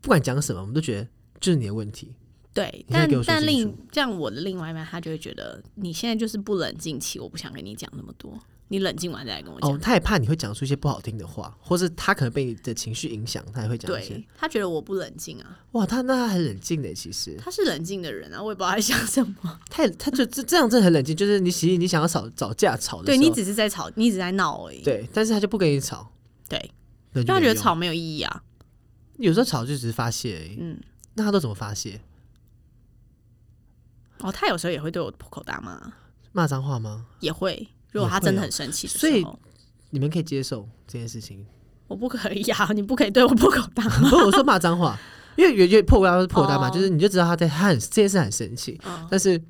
Speaker 1: 不管讲什么，我们都觉得就是你的问题。
Speaker 2: 对，
Speaker 1: 你现在
Speaker 2: 但
Speaker 1: 给我说
Speaker 2: 但
Speaker 1: 清
Speaker 2: 另这样我的另外一半他就会觉得你现在就是不冷静期，我不想跟你讲那么多，你冷静完再来跟我讲。
Speaker 1: 哦，他也怕你会讲出一些不好听的话，或是他可能被你的情绪影响，他也会讲一些。
Speaker 2: 对他觉得我不冷静啊，
Speaker 1: 哇，他那他很冷静的，其实
Speaker 2: 他是冷静的人啊，我也不知道他在想什么。
Speaker 1: 他也他就这这样真的很冷静，就是你其实你想要吵吵架吵的
Speaker 2: 对
Speaker 1: 时候，
Speaker 2: 你只是在吵，你只是在闹而已。
Speaker 1: 对，但是他就不跟你吵，哎那就
Speaker 2: 对，就他
Speaker 1: 没
Speaker 2: 觉得
Speaker 1: 用
Speaker 2: 吵没有意义啊。
Speaker 1: 有时候吵就只是发泄而已。
Speaker 2: 嗯，
Speaker 1: 那他都怎么发泄？
Speaker 2: 哦，他有时候也会对我破口大骂，
Speaker 1: 骂脏话吗？
Speaker 2: 也会。如果
Speaker 1: 也
Speaker 2: 他
Speaker 1: 会
Speaker 2: 真的
Speaker 1: 哦
Speaker 2: 很生气的时
Speaker 1: 所以
Speaker 2: 候，
Speaker 1: 你们可以接受这件事情？
Speaker 2: 我不可以啊，你不可以对我破口大骂。
Speaker 1: 不是我说骂脏话，因为原原破大是破大骂，
Speaker 2: 哦
Speaker 1: 就是你就知道他在他很这件事很生气，
Speaker 2: 嗯
Speaker 1: 但是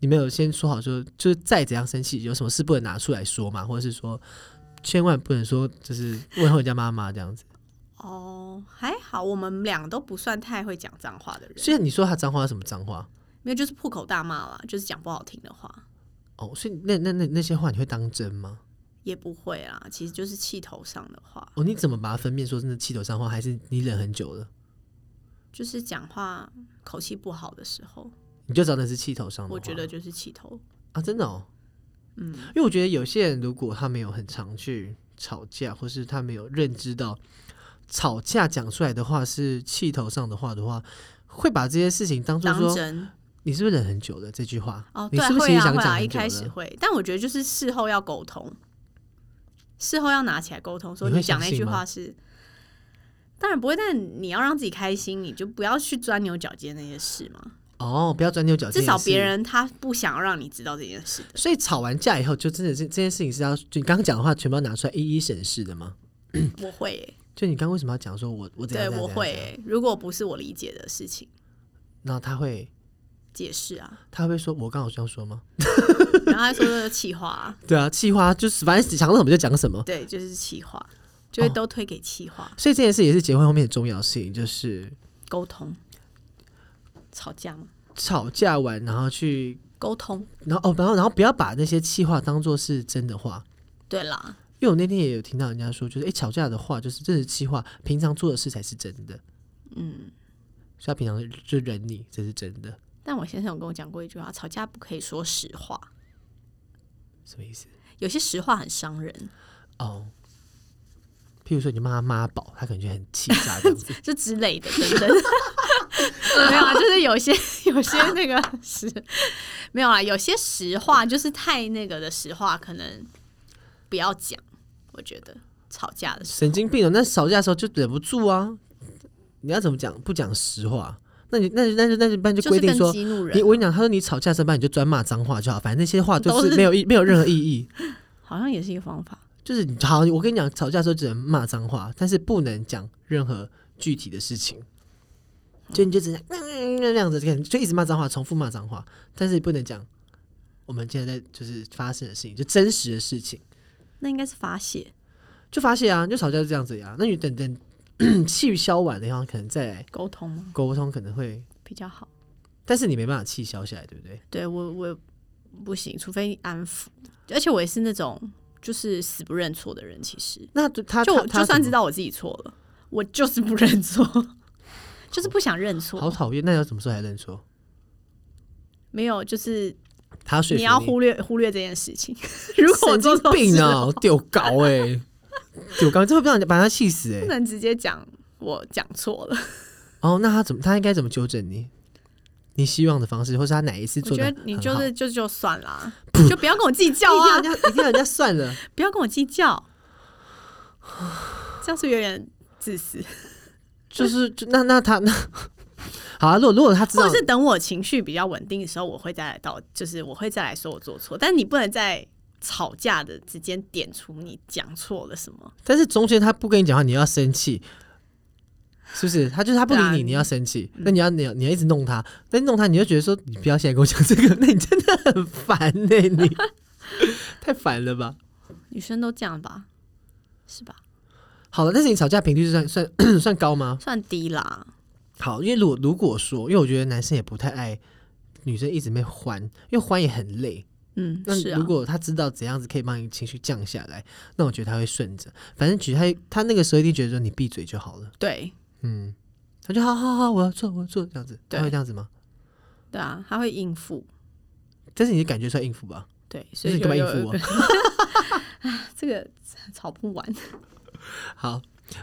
Speaker 1: 你们有先说好说，就是再怎样生气，有什么事不能拿出来说嘛，或者是说千万不能说就是问候人家妈妈这样子。
Speaker 2: 哦，还好，我们俩都不算太会讲脏话的人，
Speaker 1: 虽然你说他脏话是什么脏话
Speaker 2: 没有就是破口大骂啦，就是讲不好听的话，
Speaker 1: 哦，所以那那那那些话你会当真吗？
Speaker 2: 也不会啦，其实就是气头上的话，
Speaker 1: 哦，你怎么把它分辨说真的气头上话，还是你忍很久了，
Speaker 2: 就是讲话口气不好的时候，
Speaker 1: 你就知道那是气头上的话？
Speaker 2: 我觉得就是气头，
Speaker 1: 啊，真的哦，
Speaker 2: 嗯，
Speaker 1: 因为我觉得有些人如果他没有很常去吵架，或是他没有认知到吵架讲出来的话是气头上的话的话，会把这些事情当做
Speaker 2: 当
Speaker 1: 说
Speaker 2: 真
Speaker 1: 你是不是忍很久了这句话，
Speaker 2: 哦，
Speaker 1: 你
Speaker 2: 对，
Speaker 1: 是不是
Speaker 2: 会
Speaker 1: 其实
Speaker 2: 啊
Speaker 1: 想
Speaker 2: 会
Speaker 1: 讲
Speaker 2: 啊，一
Speaker 1: 很久
Speaker 2: 开始
Speaker 1: 了？
Speaker 2: 会，但我觉得就是事后要沟通，事后要拿起来沟通，说
Speaker 1: 你会
Speaker 2: 你讲
Speaker 1: 相
Speaker 2: 那
Speaker 1: 信
Speaker 2: 句
Speaker 1: 吗
Speaker 2: 话是。当然不会，但你要让自己开心，你就不要去钻牛角尖那些事嘛。
Speaker 1: 哦，不要钻牛角尖，
Speaker 2: 至少别。人他不想要让你知道这件事的。
Speaker 1: 所以吵完架以后，就真的是这件事情是要就你刚刚讲的话，全部要拿出来一一审视的吗？
Speaker 2: 我会耶、
Speaker 1: 就你刚刚为什么要讲说我我怎样
Speaker 2: 对
Speaker 1: 怎样
Speaker 2: 我
Speaker 1: 怎样
Speaker 2: 会
Speaker 1: 怎样
Speaker 2: 耶、如果不是我理解的事情，
Speaker 1: 然后他会
Speaker 2: 解释啊，
Speaker 1: 他会说，我刚好这样说吗？
Speaker 2: 然后他说的气 话、啊，
Speaker 1: 对啊，气话就是反正想到什么就讲什么。
Speaker 2: 对，就是气话，就会都推给气话
Speaker 1: 所以这件事也是结婚后面的重要事情，就是
Speaker 2: 沟通，吵架嘛，
Speaker 1: 吵架完，然后去，
Speaker 2: 沟通。
Speaker 1: 然后哦，然后然后不要把那些气话当做是真的话，
Speaker 2: 对啦，
Speaker 1: 因为我那天也有听到人家说，就是诶，吵架的话就是这是气话，平常做的事才是真的，
Speaker 2: 嗯，
Speaker 1: 所以他平常就忍你，这是真的，
Speaker 2: 但我先生有跟我讲过一句话，吵架不可以说实话，
Speaker 1: 什么意思？
Speaker 2: 有些实话很伤人，
Speaker 1: 哦。譬如说，你骂他妈宝，他可能就很气炸这样 子。
Speaker 2: 就之类的等 等。没有啊，就是有些有些那个实没有啊，有些实话就是太那个的实话，可能不要讲。我觉得吵架的时
Speaker 1: 神经病哦！那吵架的时候就忍不住啊，你要怎么讲？不讲实话，那你那就那就那就那
Speaker 2: 候
Speaker 1: 就
Speaker 2: 就
Speaker 1: 规
Speaker 2: 是
Speaker 1: 定
Speaker 2: 更
Speaker 1: 说，
Speaker 2: 激怒人
Speaker 1: 你我跟你讲，他说你吵架这半你就专骂脏话就好，反正那些话就
Speaker 2: 都
Speaker 1: 是
Speaker 2: 是
Speaker 1: 没有意没有任何意义。
Speaker 2: 好像也是一个方法。
Speaker 1: 就是你好，我跟你讲，吵架的时候只能骂脏话，但是不能讲任何具体的事情。就你就只能那样子，就一直骂脏话，重复骂脏话，但是不能讲我们现在在就是发生的事情，就真实的事情，
Speaker 2: 那应该是发泄
Speaker 1: 就发泄啊，就吵架就这样子呀、那你等等 气消完了以后，可能再来
Speaker 2: 沟通吗
Speaker 1: 沟通，可能会，
Speaker 2: 比较好。
Speaker 1: 但是你没办法气消下来，对不对？
Speaker 2: 对我我不行，除非安抚，而且我也是那种就是死不认错的人。其实，
Speaker 1: 那他他
Speaker 2: 就我
Speaker 1: 他
Speaker 2: 就算
Speaker 1: 怎
Speaker 2: 知
Speaker 1: 么
Speaker 2: 道我自己错了，我就是不认错， 就是不想认
Speaker 1: 好
Speaker 2: 错。
Speaker 1: 讨厌，那要怎么说还认错？
Speaker 2: 没有，就是
Speaker 1: 他要说服
Speaker 2: 你要忽略忽略这件事情。 如果我
Speaker 1: 神
Speaker 2: 做
Speaker 1: 经
Speaker 2: 错
Speaker 1: 病
Speaker 2: 事
Speaker 1: 啊，丢搞哎、丢搞，这会不让人把他气死哎、
Speaker 2: 不能直接讲我讲错了。
Speaker 1: 哦，那他怎么？他应该怎么纠正你？你希望的方式，或是他哪一次
Speaker 2: 我
Speaker 1: 做的？
Speaker 2: 觉得你就是就就算啦，就不要跟我计较
Speaker 1: 一定要
Speaker 2: 啊
Speaker 1: 人，家，一定要人家算 了。
Speaker 2: 不要跟我计较， 这样是有点自私。
Speaker 1: 就是就那那他那好啊，如果如果他知
Speaker 2: 或
Speaker 1: 道
Speaker 2: 者是等我情绪比较稳定的时候，我会再来道，就是我会再来说我做错，但你不能在吵架的之间点出你讲错了什么。
Speaker 1: 但是中间他不跟你讲话，你要生气，是不是？他就是他不理
Speaker 2: 对啊
Speaker 1: 你，你要生气，那你要你要你要一直弄他，但弄他你就觉得说你不要现在跟我 讲这个，那你真的很烦呢、 你太烦了吧？
Speaker 2: 女生都这样吧，是吧？
Speaker 1: 好了，但是你吵架频率是算 算算高吗？
Speaker 2: 算低啦，
Speaker 1: 好，因为如果如果说，因为我觉得男生也不太爱女生一直被欢，因为欢也很累。
Speaker 2: 嗯，是
Speaker 1: 那
Speaker 2: 啊
Speaker 1: 如，果他知道怎样子可以帮你情绪降下来，那我觉得他会顺着。反正其实他他那个时候一定觉得说你闭嘴就好了，
Speaker 2: 对
Speaker 1: 嗯，他就好好好，我要做我要做这样子，
Speaker 2: 对
Speaker 1: 他会这样子吗？
Speaker 2: 对啊，他会应付，
Speaker 1: 但是你感觉出来应付吧，
Speaker 2: 对，所
Speaker 1: 就是你
Speaker 2: 以
Speaker 1: 干
Speaker 2: 就
Speaker 1: 嘛应
Speaker 2: 有
Speaker 1: 付我？
Speaker 2: 这个吵不 完。
Speaker 1: 好，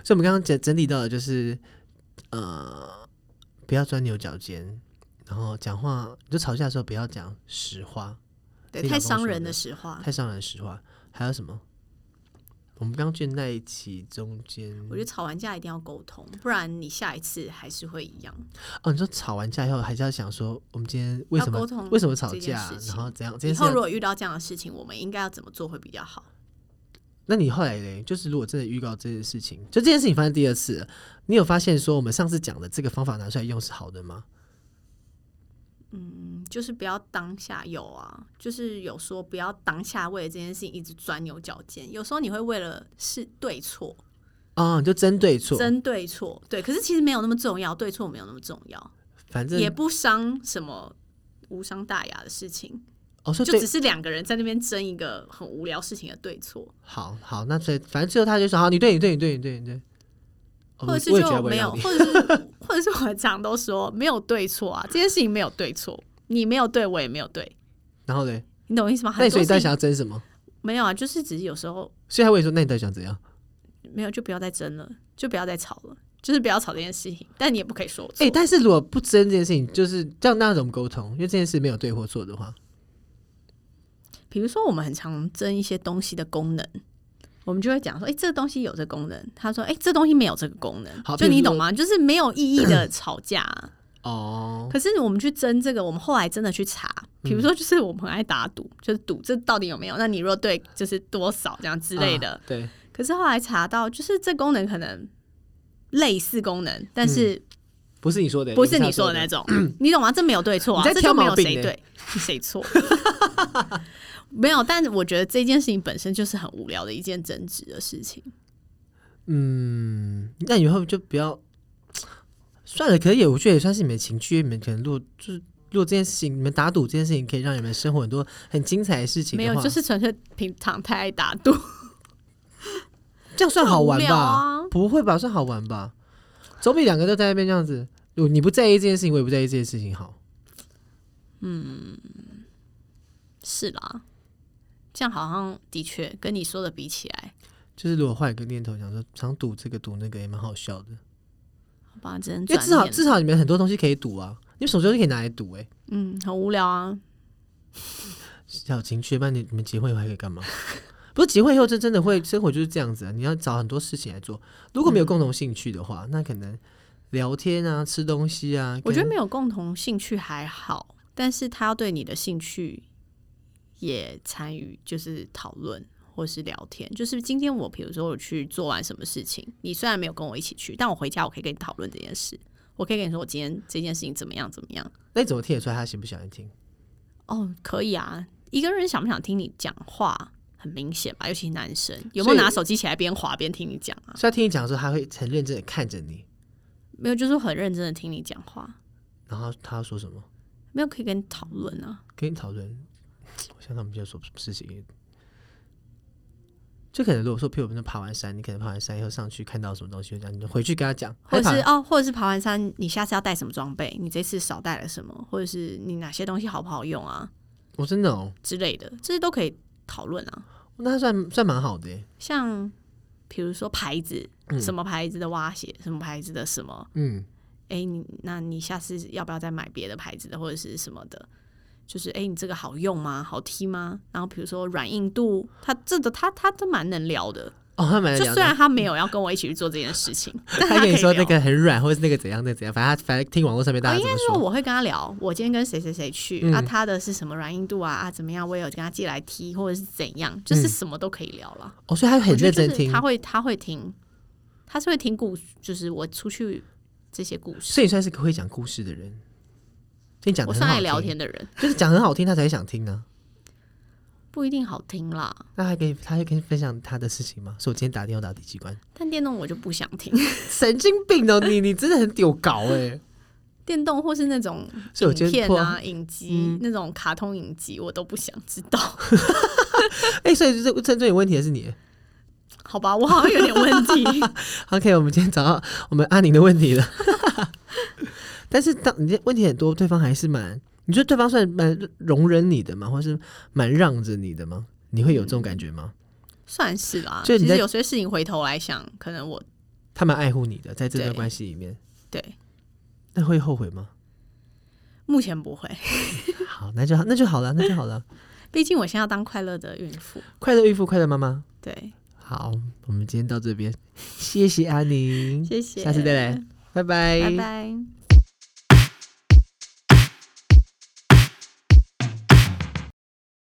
Speaker 1: 所以我们刚刚整整理到的就是，呃，不要钻牛角尖，然后讲话就吵架的时候不要讲实话，
Speaker 2: 对，
Speaker 1: 非常
Speaker 2: 太
Speaker 1: 丰
Speaker 2: 伤
Speaker 1: 收
Speaker 2: 人
Speaker 1: 的
Speaker 2: 的实话，
Speaker 1: 太伤人的实话。还有什么？我们刚刚卷在一起中间，
Speaker 2: 我觉得吵完架一定要沟通，不然你下一次还是会一样。
Speaker 1: 哦，你说吵完架以后还是要想说，我们今天为
Speaker 2: 要
Speaker 1: 什么
Speaker 2: 沟通
Speaker 1: 为什么吵
Speaker 2: 这件
Speaker 1: 架
Speaker 2: 事，情
Speaker 1: 然后怎样这
Speaker 2: 以
Speaker 1: 件事
Speaker 2: 后
Speaker 1: 情
Speaker 2: 如
Speaker 1: 要。
Speaker 2: 果遇到这样的事情，我们应该要怎么做会比较好？
Speaker 1: 那你后来嘞，就是如果真的预告这件事情，就这件事情发生第二次了，你有发现说我们上次讲的这个方法拿出来用是好的吗？
Speaker 2: 嗯，就是不要当下有啊，就是有说不要当下为了这件事情一直钻牛角尖。有时候你会为了是对错、
Speaker 1: 哦，你就针对错，
Speaker 2: 真对错，对，可是其实没有那么重要，对错没有那么重要，
Speaker 1: 反正
Speaker 2: 也不伤什么无伤大雅的事情，
Speaker 1: 哦，说
Speaker 2: 就
Speaker 1: 对
Speaker 2: 只，是两个人在那边争一个很无聊事情的对错，
Speaker 1: 好好，那所以反正最后他就说好，你对，你对，你对，你对，你对。哦
Speaker 2: 或者是
Speaker 1: 我也觉得
Speaker 2: 就
Speaker 1: 我
Speaker 2: 没有，
Speaker 1: 要你
Speaker 2: 或者是或者是我常都说没有对错啊，这件事情没有对错，你没有对，我也没有对，
Speaker 1: 然后嘞，
Speaker 2: 你懂我意思吗？
Speaker 1: 那
Speaker 2: 很
Speaker 1: 你所
Speaker 2: 多
Speaker 1: 以
Speaker 2: 事
Speaker 1: 你到底
Speaker 2: 情
Speaker 1: 想要争什么？
Speaker 2: 没有啊，就是只是有时候
Speaker 1: 所以他问你说，那你到底想怎样？
Speaker 2: 没有，就不要再争了，就不要再吵了，就是不要吵这件事情。但你也不可以说我错，
Speaker 1: 哎、但是如果不争这件事情，就是这样，那怎么沟通？因为这件事没有对或错的话，
Speaker 2: 比如说我们很常争一些东西的功能，我们就会讲说，哎、这个东西有这个功能，他说，哎、这东西没有这个功能
Speaker 1: 好，
Speaker 2: 就
Speaker 1: 比如
Speaker 2: 你
Speaker 1: 说
Speaker 2: 懂吗？就是没有意义的吵架啊、
Speaker 1: 哦，嗯
Speaker 2: 可是我们去争这个，我们后来真的去查，比如说就是我们很爱打赌， 就是赌这到底有没有？那你若对，就是多少这样之类的。
Speaker 1: 啊对，
Speaker 2: 可是后来查到，就是这功能可能类似功能，但是
Speaker 1: 嗯不是你说的，
Speaker 2: 不是
Speaker 1: 他
Speaker 2: 你说的那种， 你懂吗？这没有对错
Speaker 1: 嗯
Speaker 2: 啊，
Speaker 1: 你在
Speaker 2: 这
Speaker 1: 挑
Speaker 2: 就没有
Speaker 1: 毛病
Speaker 2: 谁
Speaker 1: 欸
Speaker 2: 对谁错， 没有。但是我觉得这件事情本身就是很无聊的一件争执的事情。
Speaker 1: 嗯，那以后就不要算了。可以，我觉得也算是你们的情趣，因为你们可能如果就是如果这件事情，你们打赌这件事情可以让你们生活很多很精彩的事情
Speaker 2: 没
Speaker 1: 的
Speaker 2: 有
Speaker 1: 话，，
Speaker 2: 就是纯粹平常太爱打赌，
Speaker 1: 这样算好玩
Speaker 2: 很无
Speaker 1: 吧？
Speaker 2: 聊啊
Speaker 1: 不会吧？算好玩吧？总比两个都在那边这样子，如果你不在意这件事情，我也不在意这件事情好。
Speaker 2: 是啦。这样好像的确跟你说的比起来，
Speaker 1: 就是如果换一个念头，想说想赌这个赌那个也蛮好笑的，
Speaker 2: 好吧，只能
Speaker 1: 因为
Speaker 2: 转
Speaker 1: 至少
Speaker 2: 念
Speaker 1: 至少你们很多东西可以赌啊，你们什么时候都可以拿来赌哎、
Speaker 2: 嗯，很无聊啊。
Speaker 1: 小情趣，那你你们结婚以后还可以干嘛？ 不是结婚以后，这真的会生活就是这样子啊！你要找很多事情来做。如果没有共同兴趣的话，那可能聊天啊、吃东西啊，
Speaker 2: 嗯我觉得
Speaker 1: 跟
Speaker 2: 没有共同兴趣还好，但是他要对你的兴趣也参与，就是讨论或是聊天。就是今天我比如说我去做完什么事情，你虽然没有跟我一起去，但我回家我可以跟你讨论这件事，我可以跟你说我今天这件事情怎么样怎么样。
Speaker 1: 那你怎么听得出来他喜不喜欢听？
Speaker 2: 哦，可以啊，一个人想不想听你讲话？很明显吧，尤其男生有没
Speaker 1: 所
Speaker 2: 有
Speaker 1: 以
Speaker 2: 拿手机起来边滑边听你讲啊？
Speaker 1: 所以他听你讲的时候，他会很认真的看着你，
Speaker 2: 没有，就是很认真的听你讲话，
Speaker 1: 然后他要说什么，
Speaker 2: 没有可以跟你讨论啊。
Speaker 1: 跟你讨论。我想他们在说什么事情，就可能如果说，譬如我们爬完山，你可能爬完山以后上去看到什么东西，就这样，你就回去跟他讲，
Speaker 2: 或者
Speaker 1: 他
Speaker 2: 是
Speaker 1: 爬
Speaker 2: 哦，或者是爬完山，你下次要带什么装备？你这次少带了什么？或者是你哪些东西好不好用啊
Speaker 1: 我真的哦，
Speaker 2: 之类的，这些都可以讨论啊。
Speaker 1: 那他算算蛮好的耶，
Speaker 2: 像比如说牌子，什么牌子的蛙鞋，什么牌子的什么，
Speaker 1: 嗯，
Speaker 2: 哎、你那你下次要不要再买别的牌子的或者是什么的？就是哎、诶你这个好用吗？好踢吗？然后比如说软硬度，他这个他他都蛮能聊的。
Speaker 1: 哦，他蛮能
Speaker 2: 就
Speaker 1: 聊的
Speaker 2: 虽然他没有要跟我一起去做这件 事情，
Speaker 1: 他
Speaker 2: 但他可
Speaker 1: 跟
Speaker 2: 以
Speaker 1: 你说那
Speaker 2: 聊
Speaker 1: 个很软，或者是那个怎样，那个怎样，反正他反正听网络上面大
Speaker 2: 哦，
Speaker 1: 家
Speaker 2: 应
Speaker 1: 怎
Speaker 2: 该
Speaker 1: 么
Speaker 2: 说
Speaker 1: 说，
Speaker 2: 我会跟他聊，我今天跟谁谁谁去、
Speaker 1: 嗯
Speaker 2: 啊，他的是什么软硬度啊啊怎么样，我也有跟他借来踢或者是怎样，就是
Speaker 1: 嗯
Speaker 2: 什么都可以聊了。
Speaker 1: 哦，所以他
Speaker 2: 我
Speaker 1: 很
Speaker 2: 觉得
Speaker 1: 认
Speaker 2: 就
Speaker 1: 真
Speaker 2: 是
Speaker 1: 听
Speaker 2: 他，会他会听，他是会听故，就是我出去这些故事，
Speaker 1: 所以你算是个会讲故事的人。听讲
Speaker 2: 我
Speaker 1: 的
Speaker 2: 是
Speaker 1: 很好
Speaker 2: 爱
Speaker 1: 听，
Speaker 2: 聊天的人，
Speaker 1: 就是讲很好听，他才会想听呢、
Speaker 2: 不一定好听啦。
Speaker 1: 那他还可以，他会跟你分享他的事情吗？所以我今天打电话打第几关？
Speaker 2: 但电动我就不想听，
Speaker 1: 神经病哦，你你真的很丢搞哎、
Speaker 2: 欸电动或是那种
Speaker 1: 所以我
Speaker 2: 影
Speaker 1: 今天
Speaker 2: 片
Speaker 1: 破
Speaker 2: 啊、影集、
Speaker 1: 嗯
Speaker 2: 那种卡通影集，我都不想知道。
Speaker 1: 哎、所以这这最有问题的是你。
Speaker 2: 好吧，我好像有点 问题。
Speaker 1: OK，我们今天找到我们阿宁的问题了。 但是当你的问题很多，对方还是蛮，你觉得对方算蛮容忍你的吗？或是蛮让着你的吗？你会有这种感觉吗？
Speaker 2: 算是啦，
Speaker 1: 所以你
Speaker 2: 其实
Speaker 1: 在
Speaker 2: 有些事情回头来想，可能我
Speaker 1: 他蛮爱护你的，在这段
Speaker 2: 对
Speaker 1: 关系里面，
Speaker 2: 对
Speaker 1: 那会后悔吗？
Speaker 2: 目前不会，
Speaker 1: 好，那就好，那就好了，那就好 了。
Speaker 2: 毕竟我现在要当快乐的孕妇。
Speaker 1: 快乐孕妇，快乐妈妈。
Speaker 2: 对，
Speaker 1: 好，我们今天到这边，谢谢阿宁，
Speaker 2: 谢谢，
Speaker 1: 下次再来，拜
Speaker 2: 拜拜。